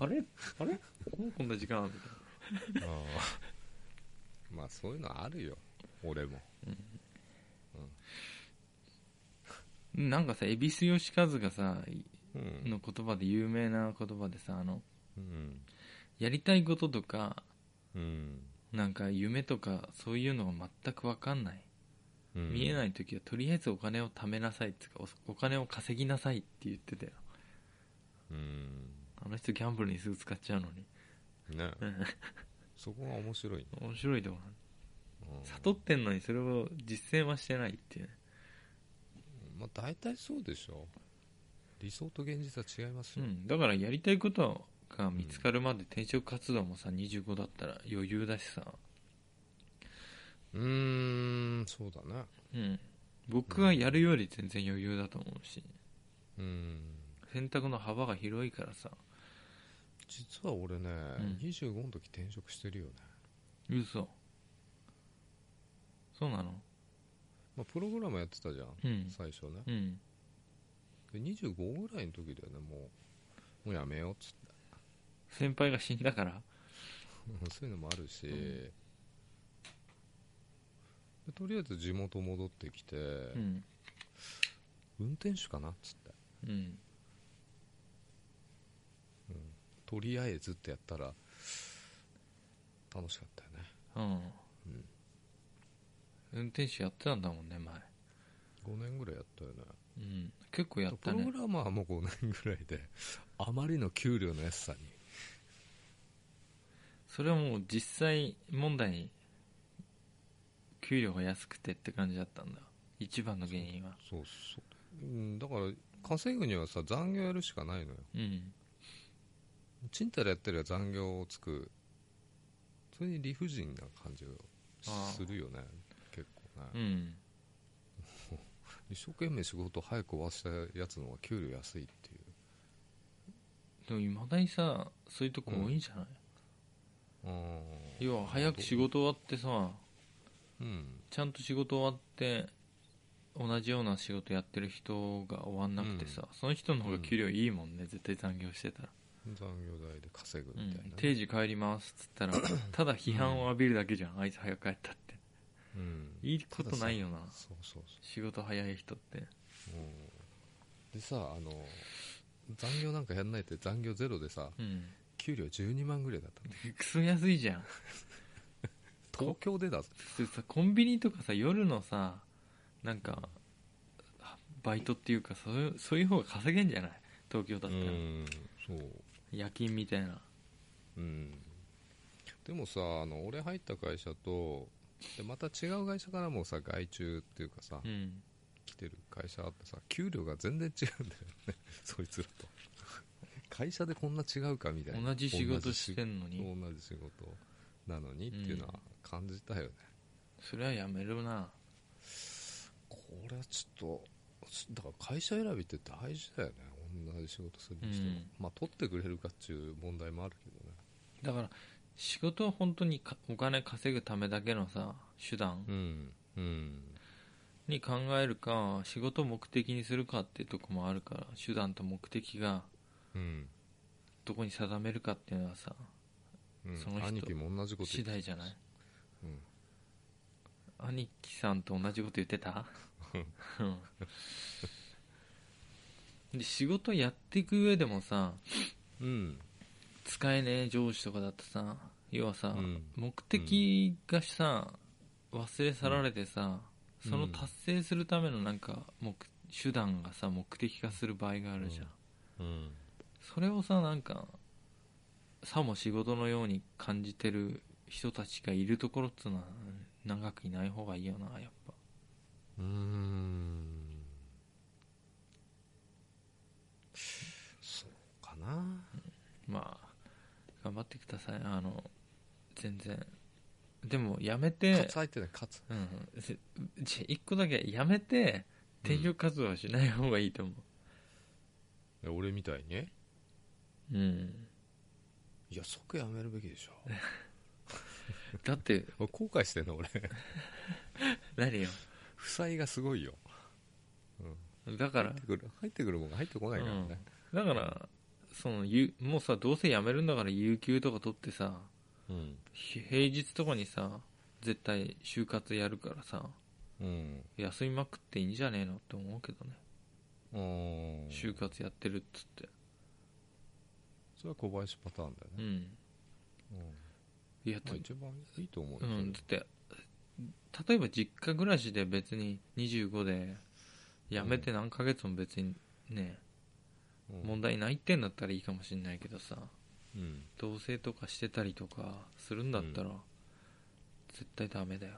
Speaker 1: あれあれもうこんな時間あるみたい
Speaker 2: ああまあそういうのあるよ俺も
Speaker 1: ななんかさ恵比寿義和がさ
Speaker 2: うん
Speaker 1: の言葉で有名な言葉でさあの
Speaker 2: うん
Speaker 1: やりたいこととか
Speaker 2: うん
Speaker 1: なんか夢とかそういうのが全く分かんない見え
Speaker 2: い
Speaker 1: ない時はとりあえずお金を貯めなさいっていうかおお金を稼ぎなさいって言ってたよ
Speaker 2: うん
Speaker 1: あの人ギャンブルにすぐ使っちゃうのに
Speaker 2: ね
Speaker 1: うん
Speaker 2: そこが面白いね
Speaker 1: 面白いとこなの
Speaker 2: うん
Speaker 1: 悟ってんのにそれを実践はしてないっていうね
Speaker 2: まあ大体そうでしょ理想と現実は違います
Speaker 1: う
Speaker 2: よ
Speaker 1: んだからやりたいことが見つかるまで転職活動もさ25だったら余裕だしさ
Speaker 2: うーんそうだね
Speaker 1: うん僕はやるより全然余裕だと思うし
Speaker 2: うん
Speaker 1: 選択の幅が広いからさ
Speaker 2: 実は俺ね
Speaker 1: ん
Speaker 2: 25の時転職してるよね
Speaker 1: 嘘そうなの
Speaker 2: まあプログラムやってたじゃん
Speaker 1: うん
Speaker 2: 最初ね
Speaker 1: うん
Speaker 2: で25ぐらいの時だよねもうもうやめようっつって
Speaker 1: 先輩が死んだから
Speaker 2: そういうのもあるし、
Speaker 1: うん
Speaker 2: でとりあえず地元戻ってきて、
Speaker 1: うん
Speaker 2: 運転手かなっつって
Speaker 1: うん
Speaker 2: とりあえずってやったら楽しかったよね
Speaker 1: うん運転手やってたんだもんね前
Speaker 2: 5年ぐらいやったよね
Speaker 1: うん結構やっ
Speaker 2: プ
Speaker 1: た
Speaker 2: ロ
Speaker 1: ね
Speaker 2: グラマーも5年ぐらいであまりの給料の安さに
Speaker 1: それはもう実際問題に給料が安くてって感じだったんだ一番の原因は
Speaker 2: そうそう、うん、だから稼ぐにはさ残業やるしかないのよ
Speaker 1: うん
Speaker 2: ちんたらやってりゃ残業をつくそれに理不尽な感じを
Speaker 1: ああ
Speaker 2: するよね結構ね、
Speaker 1: うん
Speaker 2: 一生懸命仕事を早く終わしたやつの方が給料安いっていう
Speaker 1: でもいまだにさそういうとこ多いんじゃない、要は早く仕事終わってさ
Speaker 2: うん
Speaker 1: ちゃんと仕事終わって同じような仕事やってる人が終わんなくてさ、その人の方が給料いいもんね、絶対残業してたら、
Speaker 2: 残業代で稼ぐ
Speaker 1: う
Speaker 2: みたい
Speaker 1: ん
Speaker 2: な、
Speaker 1: 定時帰りますっつっ たらただ批判を浴びるだけじゃん、あいつ早く帰ったって
Speaker 2: うん
Speaker 1: いいことないよな
Speaker 2: そうそうそ
Speaker 1: 仕事早い人って
Speaker 2: う、うんでさあの残業なんかやんないって残業ゼロでさ
Speaker 1: うん
Speaker 2: 給料12万ぐらいだったの
Speaker 1: クソ安いじゃん
Speaker 2: 東京でだぞ
Speaker 1: それさコンビニとかさ夜のさなんかあバイトっていうかそういうそういう方が稼げんじゃない東京だったら、
Speaker 2: うんそう
Speaker 1: 夜勤みたいな
Speaker 2: うんでもさあの俺入った会社とでまた違う会社からもさ外注っていうかさ、
Speaker 1: うん
Speaker 2: 来てる会社あってさ給料が全然違うんだよね そいつらと会社でこんな違うかみたい
Speaker 1: 同
Speaker 2: な
Speaker 1: じ仕事してんの
Speaker 2: 同じ
Speaker 1: に
Speaker 2: 同じ仕事なのにっていうのは感じたよね、
Speaker 1: それはやめるな
Speaker 2: これはちょっとだから会社選びって大事だよね同じ仕事するにしても、
Speaker 1: うん
Speaker 2: まあ取ってくれるかっていう問題もあるけどね
Speaker 1: だから仕事は本当にかお金稼ぐためだけのさ手段
Speaker 2: うんうん
Speaker 1: に考えるか仕事を目的にするかっていうとこもあるから手段と目的が
Speaker 2: うん
Speaker 1: どこに定めるかっていうのはさ
Speaker 2: うん
Speaker 1: その人
Speaker 2: 兄貴も同じこと言
Speaker 1: 次
Speaker 2: って
Speaker 1: 第じゃない
Speaker 2: うん
Speaker 1: 兄貴さんと同じこと言ってたうんで仕事やっていく上でもさ
Speaker 2: うん
Speaker 1: 使えねえ上司とかだとさ要はさ、
Speaker 2: うん
Speaker 1: 目的がさ忘れ去られてさ、
Speaker 2: うん
Speaker 1: その達成するためのなんか目手段がさ目的化する場合があるじゃん、
Speaker 2: うんうん
Speaker 1: それをさなんかさも仕事のように感じてる人たちがいるところっつうのは長くいない方がいいよなやっぱ
Speaker 2: うーんそうかな
Speaker 1: まあ頑張ってくださいあの全然でもやめて
Speaker 2: カツ入ってないカツ
Speaker 1: うんぜじゃ一個だけやめて転職活動はしない方がいいと思
Speaker 2: いや俺みたいにね
Speaker 1: う、うん、
Speaker 2: いや即やめるべきでしょ
Speaker 1: だって
Speaker 2: 俺後悔してんの俺
Speaker 1: 何よ
Speaker 2: 負債がすごいよ
Speaker 1: だから
Speaker 2: 入ってくる入ってくるもんが入ってこないからね、
Speaker 1: だからそのゆもうさどうせ辞めるんだから有給とか取ってさ
Speaker 2: うん
Speaker 1: ひ平日とかにさ絶対就活やるからさ
Speaker 2: うん
Speaker 1: 休みまくっていいんじゃねえのって思うけどね
Speaker 2: うん
Speaker 1: 就活やってるっつって
Speaker 2: それは小林パターンだよ
Speaker 1: う
Speaker 2: ね、
Speaker 1: ん
Speaker 2: うん
Speaker 1: いや
Speaker 2: まあ、一番いいと思うよ、
Speaker 1: うん、つって例えば実家暮らしで別に25で辞めて何ヶ月も別にね、
Speaker 2: それうん
Speaker 1: 問題ないってんだったらいいかもしんないけどさ
Speaker 2: うん
Speaker 1: 同棲とかしてたりとかするんだったら、絶対ダメだよ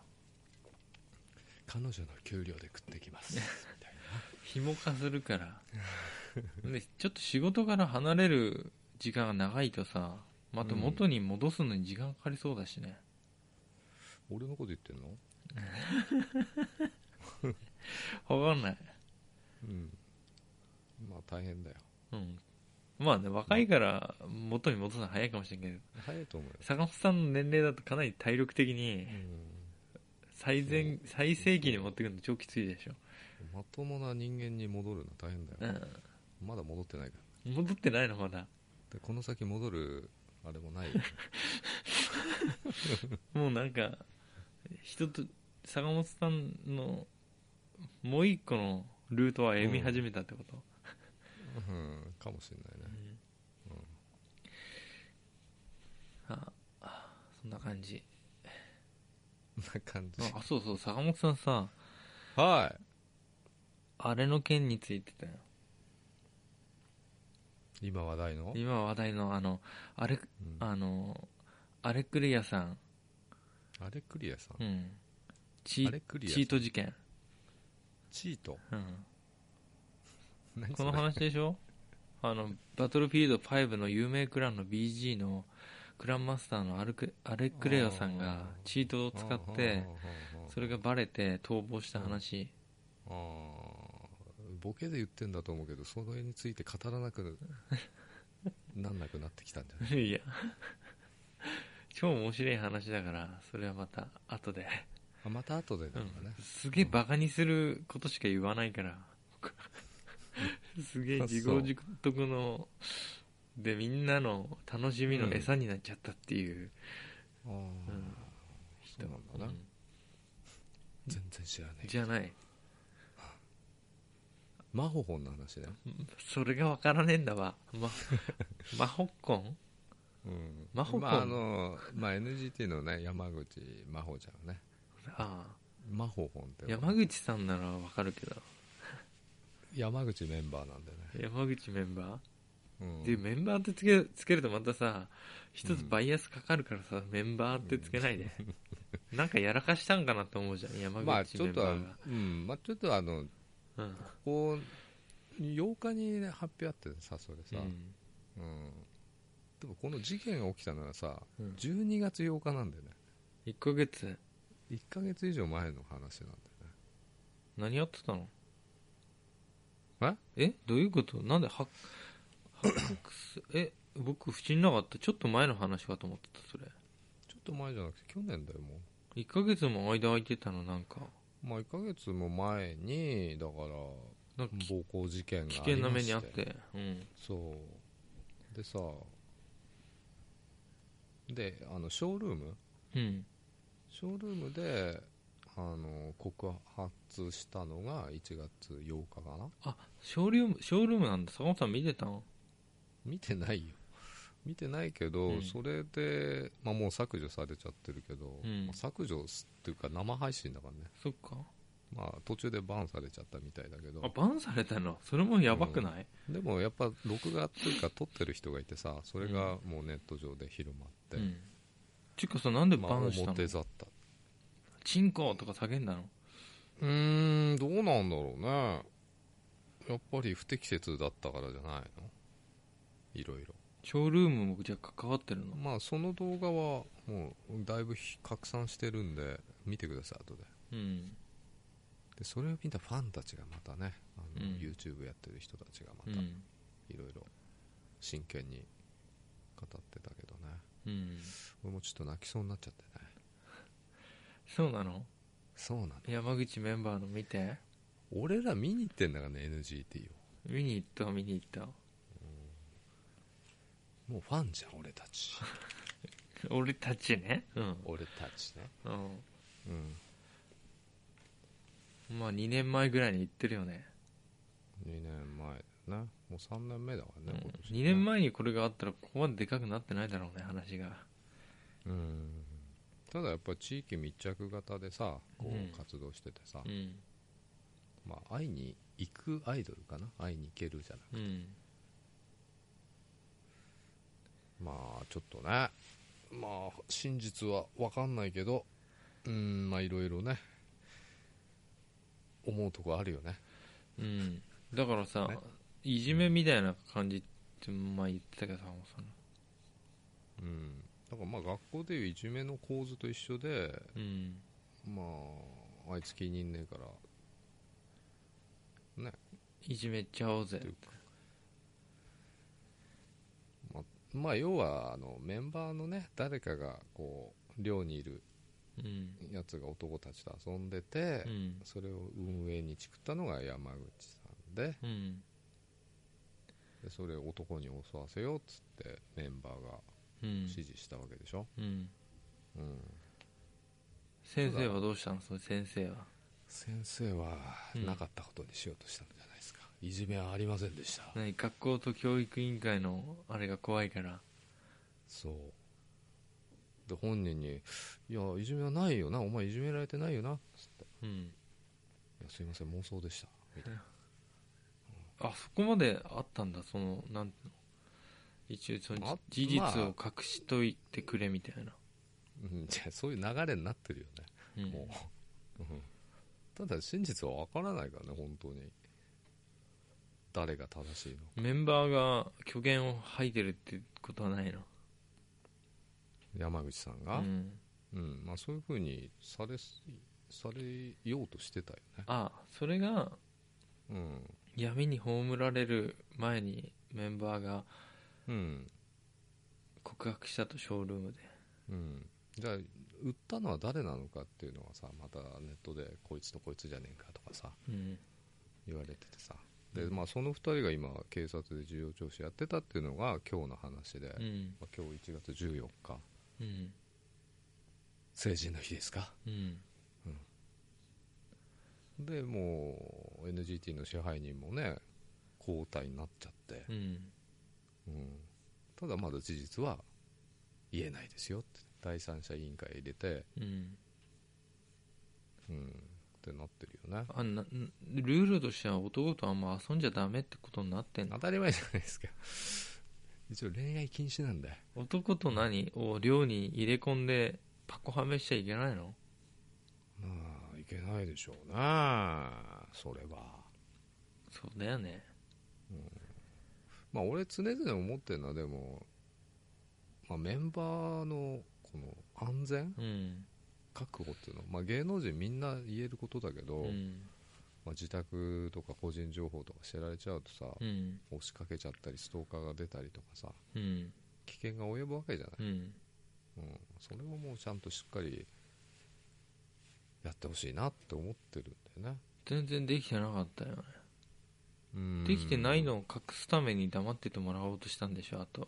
Speaker 2: 彼女の給料で食ってきますみたい
Speaker 1: 紐化するからでちょっと仕事から離れる時間が長いとさまた元に戻すのに時間かかりそうだしね、
Speaker 2: な 俺のこと言ってんの
Speaker 1: わかんない
Speaker 2: うんまあ大変だよ
Speaker 1: うんまあね若いから元に戻すのは早いかもしれんけど
Speaker 2: 早いと思うよ、
Speaker 1: 坂本さんの年齢だとかなり体力的に最前最盛期に持ってくるの超きついでしょ、
Speaker 2: まともな人間に戻るの大変だよ、
Speaker 1: う
Speaker 2: まだ戻ってないから
Speaker 1: ん、戻ってないのまだ
Speaker 2: でこの先戻るあれ もないよね
Speaker 1: もうなんか人と坂本さんのもう一個のルートは読み始めたってこと、
Speaker 2: うんかもしれないね
Speaker 1: ああそんな感じ
Speaker 2: そんな感じ
Speaker 1: あそうそう坂本さんさ
Speaker 2: は
Speaker 1: あれの件についてたよ
Speaker 2: い今話題の
Speaker 1: 今話題のあのあれ
Speaker 2: うん
Speaker 1: あのアレクリアさん、
Speaker 2: あれクリアさん
Speaker 1: うん、チ
Speaker 2: あ
Speaker 1: ー
Speaker 2: れクリア
Speaker 1: チ
Speaker 2: さん
Speaker 1: ート事件、
Speaker 2: チート
Speaker 1: うん、
Speaker 2: 何
Speaker 1: こ
Speaker 2: そ
Speaker 1: の
Speaker 2: れ
Speaker 1: 話でしょあのバトルフィールド5の有名クランの BG のクランマスターのアルクアレクレアさんが
Speaker 2: あー
Speaker 1: チートを使ってそれがバレて逃亡した話
Speaker 2: あーボケで言ってんだと思うけどその絵について語ら なくなんなくなってきたんじゃない
Speaker 1: いや 超面白い話だからそれはまた後で、
Speaker 2: あまた後でなんかね、
Speaker 1: すげえバカにすることしか言わないから僕すげえ自業自得のでみんなの楽しみの餌になっちゃったっていう、
Speaker 2: あー
Speaker 1: うん人
Speaker 2: そうなんだな全然知らねえ
Speaker 1: じゃない
Speaker 2: マホホンの話ね
Speaker 1: それがわからねえんだわ まマホッコン
Speaker 2: うん
Speaker 1: マホホン
Speaker 2: まああのまあ NGT のね山口真帆ちゃんね
Speaker 1: あ
Speaker 2: 真帆本って
Speaker 1: あ山口さんならわかるけど
Speaker 2: 山口メンバーなんでね、
Speaker 1: 山口メンバ
Speaker 2: うん
Speaker 1: ーでメンバーってつけつけるとまたさ一つバイアスかかるからさ、メンバーってつけ ないで、なんかやらかしたんかなと思うじゃん山
Speaker 2: まあ
Speaker 1: 口
Speaker 2: ち
Speaker 1: メ
Speaker 2: ょっ
Speaker 1: ンバ
Speaker 2: とは
Speaker 1: ーが、
Speaker 2: うんまあ、ちょっとあの
Speaker 1: うん
Speaker 2: こう8日に、ね、発表あってさそれさ、
Speaker 1: うん
Speaker 2: うんでもこの事件が起きたのはさ、
Speaker 1: うん
Speaker 2: 12月8日なんだよね
Speaker 1: 1ヶ月
Speaker 2: 1ヶ月以上前の話なんだよね
Speaker 1: 何やってたのえどういうことなんで発発覚すえ僕不審なかったちょっと前の話かと思ってたそれ
Speaker 2: ちょっと前じゃなくて去年だよも
Speaker 1: 1ヶ月も間空いてたのなんか
Speaker 2: うまあ1ヶ月も前にだから
Speaker 1: なんかき
Speaker 2: 暴行事件が
Speaker 1: 危
Speaker 2: あり
Speaker 1: 険
Speaker 2: ま
Speaker 1: な目
Speaker 2: し
Speaker 1: にあってうん
Speaker 2: そうでさであのショールーム
Speaker 1: うん
Speaker 2: ショールームであの告発したのが1月8日かな
Speaker 1: あショールームショールームなんだ坂本さん見てたの
Speaker 2: 見てないよ見てないけど、
Speaker 1: うん
Speaker 2: それで、まあ、もう削除されちゃってるけど、
Speaker 1: うん
Speaker 2: まあ削除すっていうか生配信だからね、
Speaker 1: そっか
Speaker 2: まあ、途中でバンされちゃったみたいだけ
Speaker 1: あ
Speaker 2: ど
Speaker 1: バンされたのそれもやばくない、
Speaker 2: でもやっぱ録画っていうか撮ってる人がいてさそれがもうネット上で広まって、
Speaker 1: うんちゅうかさなんで
Speaker 2: ま
Speaker 1: バ
Speaker 2: あ、
Speaker 1: ンした
Speaker 2: 表
Speaker 1: の
Speaker 2: ざった
Speaker 1: チンコとか叫んだの
Speaker 2: うーんどうなんだろうねやっぱり不適切だったからじゃないのいろいろ
Speaker 1: ショールームもじゃあ関わってるの
Speaker 2: まあその動画はもうだいぶ拡散してるんで見てください後で
Speaker 1: うん
Speaker 2: でそれを見たファンたちがまたねあの、
Speaker 1: うん
Speaker 2: YouTube やってる人たちが
Speaker 1: う
Speaker 2: また
Speaker 1: ん
Speaker 2: いろいろ真剣に語ってたけどね
Speaker 1: うん
Speaker 2: 俺もちょっと泣きそうになっちゃってね
Speaker 1: そうなの
Speaker 2: そうなの
Speaker 1: 山口メンバーの見て
Speaker 2: 俺ら見に行ってんだからね NGT を
Speaker 1: 見に行った見に行った
Speaker 2: もうファンじゃん俺た ち
Speaker 1: 俺たちねうん、
Speaker 2: 俺たちね
Speaker 1: う
Speaker 2: うん
Speaker 1: ん、まあ2年前ぐらいに行ってるよね
Speaker 2: 2年前だねもう3年目だからね、今年ね
Speaker 1: 2年前にこれがあったらここまででかくなってないだろうね話が
Speaker 2: うんただやっぱ地域密着型でさこ
Speaker 1: うん
Speaker 2: う活動しててさ、
Speaker 1: うん
Speaker 2: まあ会いに行くアイドルかな会いに行けるじゃない
Speaker 1: うん
Speaker 2: まあちょっとねまあ真実は分かんないけどうんまあいろいろね思うとこあるよね
Speaker 1: うんだからさ
Speaker 2: ね
Speaker 1: いじめみたいな感じってまあ言ってたけどさもうその
Speaker 2: うんだからまあ学校でいういじめの構図と一緒で
Speaker 1: うん
Speaker 2: まああいつ気に入んねえから
Speaker 1: いじめちゃおうぜ
Speaker 2: っていうかまあ要はあのメンバーのね誰かがこう寮にいる
Speaker 1: うん
Speaker 2: やつが男たちと遊んでて、
Speaker 1: うん
Speaker 2: それを運営にチクったのが山口さんで
Speaker 1: うん
Speaker 2: でそれを男に襲わせようっつってメンバーが
Speaker 1: うん
Speaker 2: 指示したわけでしょ、
Speaker 1: うん
Speaker 2: うん、
Speaker 1: 先生はどうしたのその先生は
Speaker 2: 先生は
Speaker 1: うん
Speaker 2: なかったことにしようとしたんじゃないですか、いじめはありませんでした
Speaker 1: 何学校と教育委員会のあれが怖いから
Speaker 2: そうで本人に「いやいじめはないよなお前いじめられてないよな」つって
Speaker 1: うん
Speaker 2: いやすいません妄想でした」みたいな
Speaker 1: あそこまであったんだそのなんていうの一応そ
Speaker 2: あ
Speaker 1: の事実
Speaker 2: まあ
Speaker 1: を隠しといてくれみたいな、
Speaker 2: うんじゃあそういう流れになってるよね、
Speaker 1: うん
Speaker 2: もう、うんただ真実は分からないからね本当に誰が正しいの
Speaker 1: メンバーが虚言を吐いてるってことはないの
Speaker 2: 山口さん
Speaker 1: う
Speaker 2: が、うん
Speaker 1: ん、
Speaker 2: まあ、そういうふうにされすされようとしてたよね、
Speaker 1: あそれが
Speaker 2: うん
Speaker 1: 闇に葬られる前にメンバーが
Speaker 2: うん
Speaker 1: 告白したとショールームで
Speaker 2: うん、じゃあ売ったのは誰なのかっていうのはさまたネットでこいつとこいつじゃねえかとかさ
Speaker 1: うん
Speaker 2: 言われててさで、まあ、その2人が今警察で事情聴取やってたっていうのが今日の話で、
Speaker 1: うん
Speaker 2: まあ今日1月14日
Speaker 1: うん
Speaker 2: 成人の日ですか
Speaker 1: うん
Speaker 2: でもう NGT の支配人もね交代になっちゃって
Speaker 1: う、ん
Speaker 2: うん、ただまだ事実は言えないですよって第三者委員会入れて、
Speaker 1: うん
Speaker 2: うん、ってなってるよね
Speaker 1: あなんルールとしては男とあんま遊んじゃダメってことになってんの
Speaker 2: 当たり前じゃないですか 一応恋愛禁止なんだよ
Speaker 1: 男と何を寮に入れ込んでパコハメしちゃいけないの
Speaker 2: まあいけないでしょうなそれは
Speaker 1: そうだよね
Speaker 2: まあ俺常々思ってるのはでも、まあ、メンバーのこの安全
Speaker 1: うん
Speaker 2: 確保っていうのは、まあ、芸能人みんな言えることだけど、
Speaker 1: うん
Speaker 2: まあ、自宅とか個人情報とか知られちゃうとさ、
Speaker 1: うん
Speaker 2: 押しかけちゃったりストーカーが出たりとかさ
Speaker 1: うん
Speaker 2: 危険が及ぶわけじゃない、
Speaker 1: うん
Speaker 2: うん、それをもうちゃんとしっかりやってほしいなって思ってるんだよね
Speaker 1: 全然できてなかったよね
Speaker 2: うん
Speaker 1: できてないのを隠すために黙っててもらおうとしたんでしょあと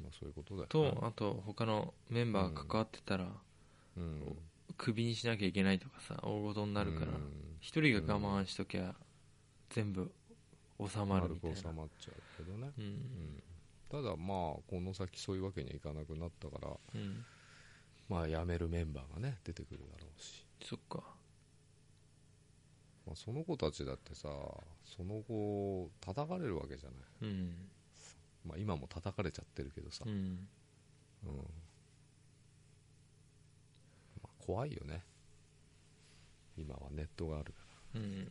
Speaker 2: まあ、そういうことだよ、ね、
Speaker 1: とあと他のメンバーが関わってたら
Speaker 2: うん、
Speaker 1: クビにしなきゃいけないとかさ大事になるから
Speaker 2: うん
Speaker 1: 一人が我慢しときゃ全部収まる
Speaker 2: 丸
Speaker 1: みた
Speaker 2: く
Speaker 1: い
Speaker 2: 収
Speaker 1: な
Speaker 2: まっちゃうけどね、
Speaker 1: う
Speaker 2: うんん、ただまあこの先そういうわけにはいかなくなったから
Speaker 1: うん
Speaker 2: まあ辞めるメンバーがね出てくるだろうし、
Speaker 1: そっか
Speaker 2: まあ、その子たちだってさその後叩かれるわけじゃない、
Speaker 1: うん
Speaker 2: まあ、今も叩かれちゃってるけどさ、
Speaker 1: うん
Speaker 2: うんまあ、怖いよね今はネットがあるか
Speaker 1: うん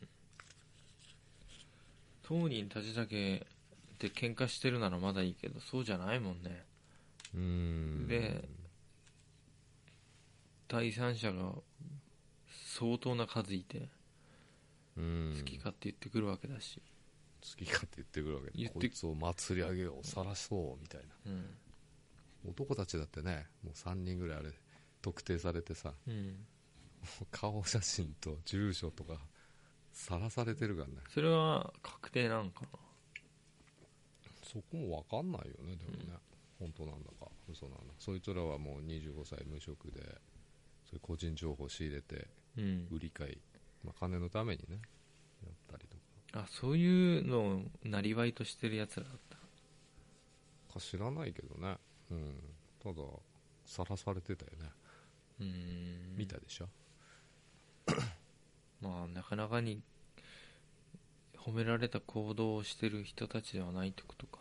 Speaker 1: 当人たちだけで喧嘩してるならまだいいけどそうじゃないもんね
Speaker 2: らうん
Speaker 1: で第三者が相当な数いて
Speaker 2: うん
Speaker 1: 好き勝手言ってくるわけだし、
Speaker 2: 好きかって言ってくるわけで
Speaker 1: 言って
Speaker 2: こいつを祭り上げよう晒そうみたいな
Speaker 1: うん
Speaker 2: 男たちだってねもう3人ぐらいあれ特定されてさ
Speaker 1: うん、
Speaker 2: 顔写真と住所とかさらされてるからね
Speaker 1: それは確定なんか
Speaker 2: そこも分かんないよねでもね、本当なんだか嘘なんだそいつらはもう25歳無職でそういう個人情報仕入れて
Speaker 1: なうん
Speaker 2: 売り買い、まあ、金のためにねやったりとか
Speaker 1: あそういうのをなりわいとしてるやつらだった
Speaker 2: か知らないけどねうんたださらされてたよね
Speaker 1: うーん
Speaker 2: 見たでしょ、
Speaker 1: まあなかなかに褒められた行動をしてる人たちではないってことか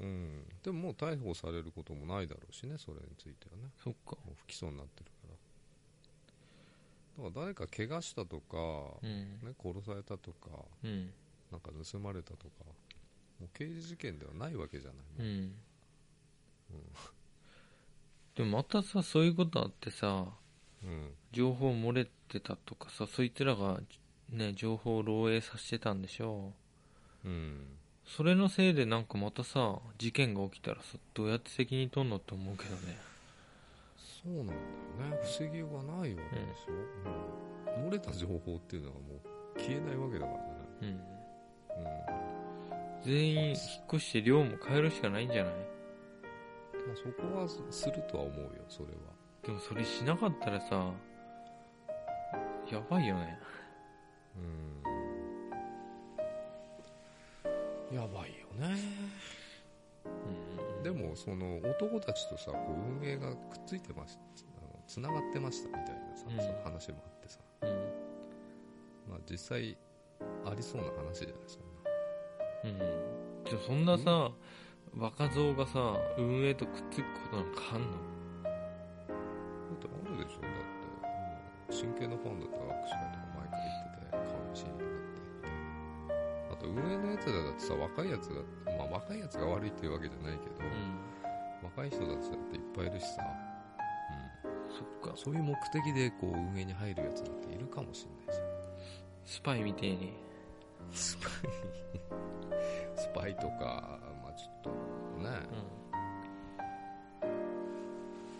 Speaker 2: うん、でももう逮捕されることもないだろうしねそれについてはね
Speaker 1: そっか
Speaker 2: もう不起訴になってるからだから誰か怪我したとか、
Speaker 1: うん
Speaker 2: ね、殺されたとか
Speaker 1: うん
Speaker 2: なんか盗まれたとかもう刑事事件ではないわけじゃない、
Speaker 1: う
Speaker 2: もうん
Speaker 1: でもまたさそういうことあってさ
Speaker 2: うん
Speaker 1: 情報漏れてたとかさそいつらがね情報を漏洩させてたんでしょ
Speaker 2: うん
Speaker 1: それのせいでなんかまたさ事件が起きたらさどうやって責任取んのって思うけどね
Speaker 2: そうなんだよね不思議がないわけでしょ、うん漏れた情報っていうのはもう消えないわけだから
Speaker 1: うん
Speaker 2: ね、
Speaker 1: 全員引っ越して寮も変えるしかないんじゃない
Speaker 2: うん、まあ、そこはすするとは思うよそれは
Speaker 1: でもそれしなかったらさ、やばいよね。
Speaker 2: うんやばいよね
Speaker 1: うん
Speaker 2: で、もその男たちとさこう運営がくっついてますあのつながってましたみたいなさ、
Speaker 1: うん
Speaker 2: その話もあってさ、
Speaker 1: うん。
Speaker 2: まあ、実際ありそうな話じゃないそんな
Speaker 1: うん。じゃあそんなさ、若造がさ、運営とくっつくことなんかあんの
Speaker 2: だってあるでしょだって、うん、真剣なファンだったら握手会とか毎回行ってて顔見知りになってみたいなあと運営のやつらだってさ若いやつがまあ若いやつが悪いっていうわけじゃないけど、
Speaker 1: うん。
Speaker 2: 若い人たちだっていっぱいいるしさ、
Speaker 1: そっ
Speaker 2: うん、
Speaker 1: か。
Speaker 2: そういう目的でこう運営に入るやつなんているかもしんないし
Speaker 1: スパイみてえに。
Speaker 2: スパイスパイとか、まあちょっとね、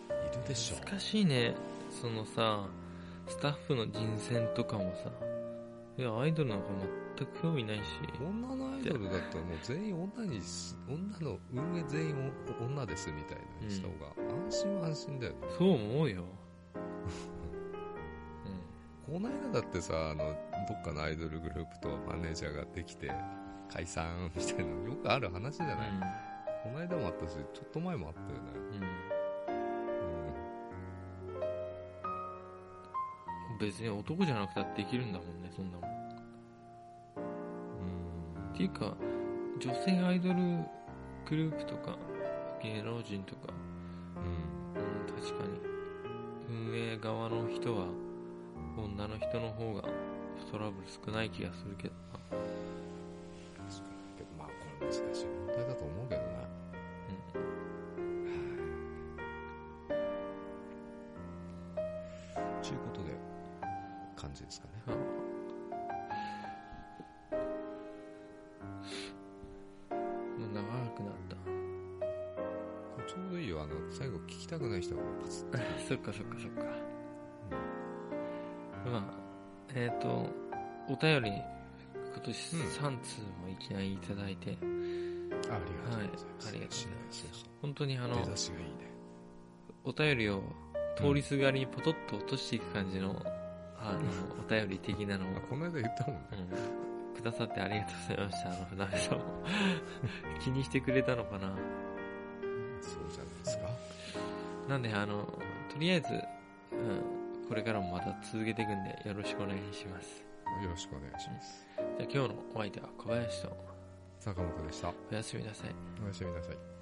Speaker 1: う
Speaker 2: いるでしょ
Speaker 1: ん。難しいね。そのさ、スタッフの人選とかもさ、いや、アイドルなんか全く興味ないし。
Speaker 2: 女のアイドルだったらもう全員女にす女の運営全員お女ですみたいなにした方が安心は安心だよね、
Speaker 1: そう思 うよ。うん。
Speaker 2: この間だってさあのどっかのアイドルグループとマネージャーができて解散みたいなのよくある話じゃない、この間もあったしちょっと前もあったよね
Speaker 1: うん。うん別に男じゃなくたってできるんだもんねそんなもんっ
Speaker 2: うん
Speaker 1: ていうか女性アイドルグループとか芸能人とか、
Speaker 2: うん
Speaker 1: うん、確かに運営側の人は女の人の方がトラブル少ない気がするけどな
Speaker 2: 確かにけどまあこれ難しい問題だと思うけどねちゅうことで感じですかね
Speaker 1: うん、はあもう長くなった
Speaker 2: これちょうどいいよあの最後聞きたくない人はパツッと
Speaker 1: そっかそっかそっか。まあ、えっ、と、お便り、今年
Speaker 2: うん
Speaker 1: 3通もいきなりいただいて、
Speaker 2: ありがとうございます、
Speaker 1: はいありがとうございます
Speaker 2: しないそうそう
Speaker 1: 本当にあの、
Speaker 2: 出だしがいいね
Speaker 1: お便りを通りすがりにポトッと落としていく感じの、あ の、お便り的なのを、
Speaker 2: あこの間言ったもんね
Speaker 1: うん、くださってありがとうございました。あの、船江さん も。気にしてくれたのかな。
Speaker 2: そうじゃないですか
Speaker 1: なんで、あの、とりあえず、うん、これからもまた続けていくんで、よろしくお願いします。
Speaker 2: よろしくお願いします
Speaker 1: じゃあ今日のお相手は小林と
Speaker 2: 坂本でした
Speaker 1: おやすみなさい。
Speaker 2: おやすみなさい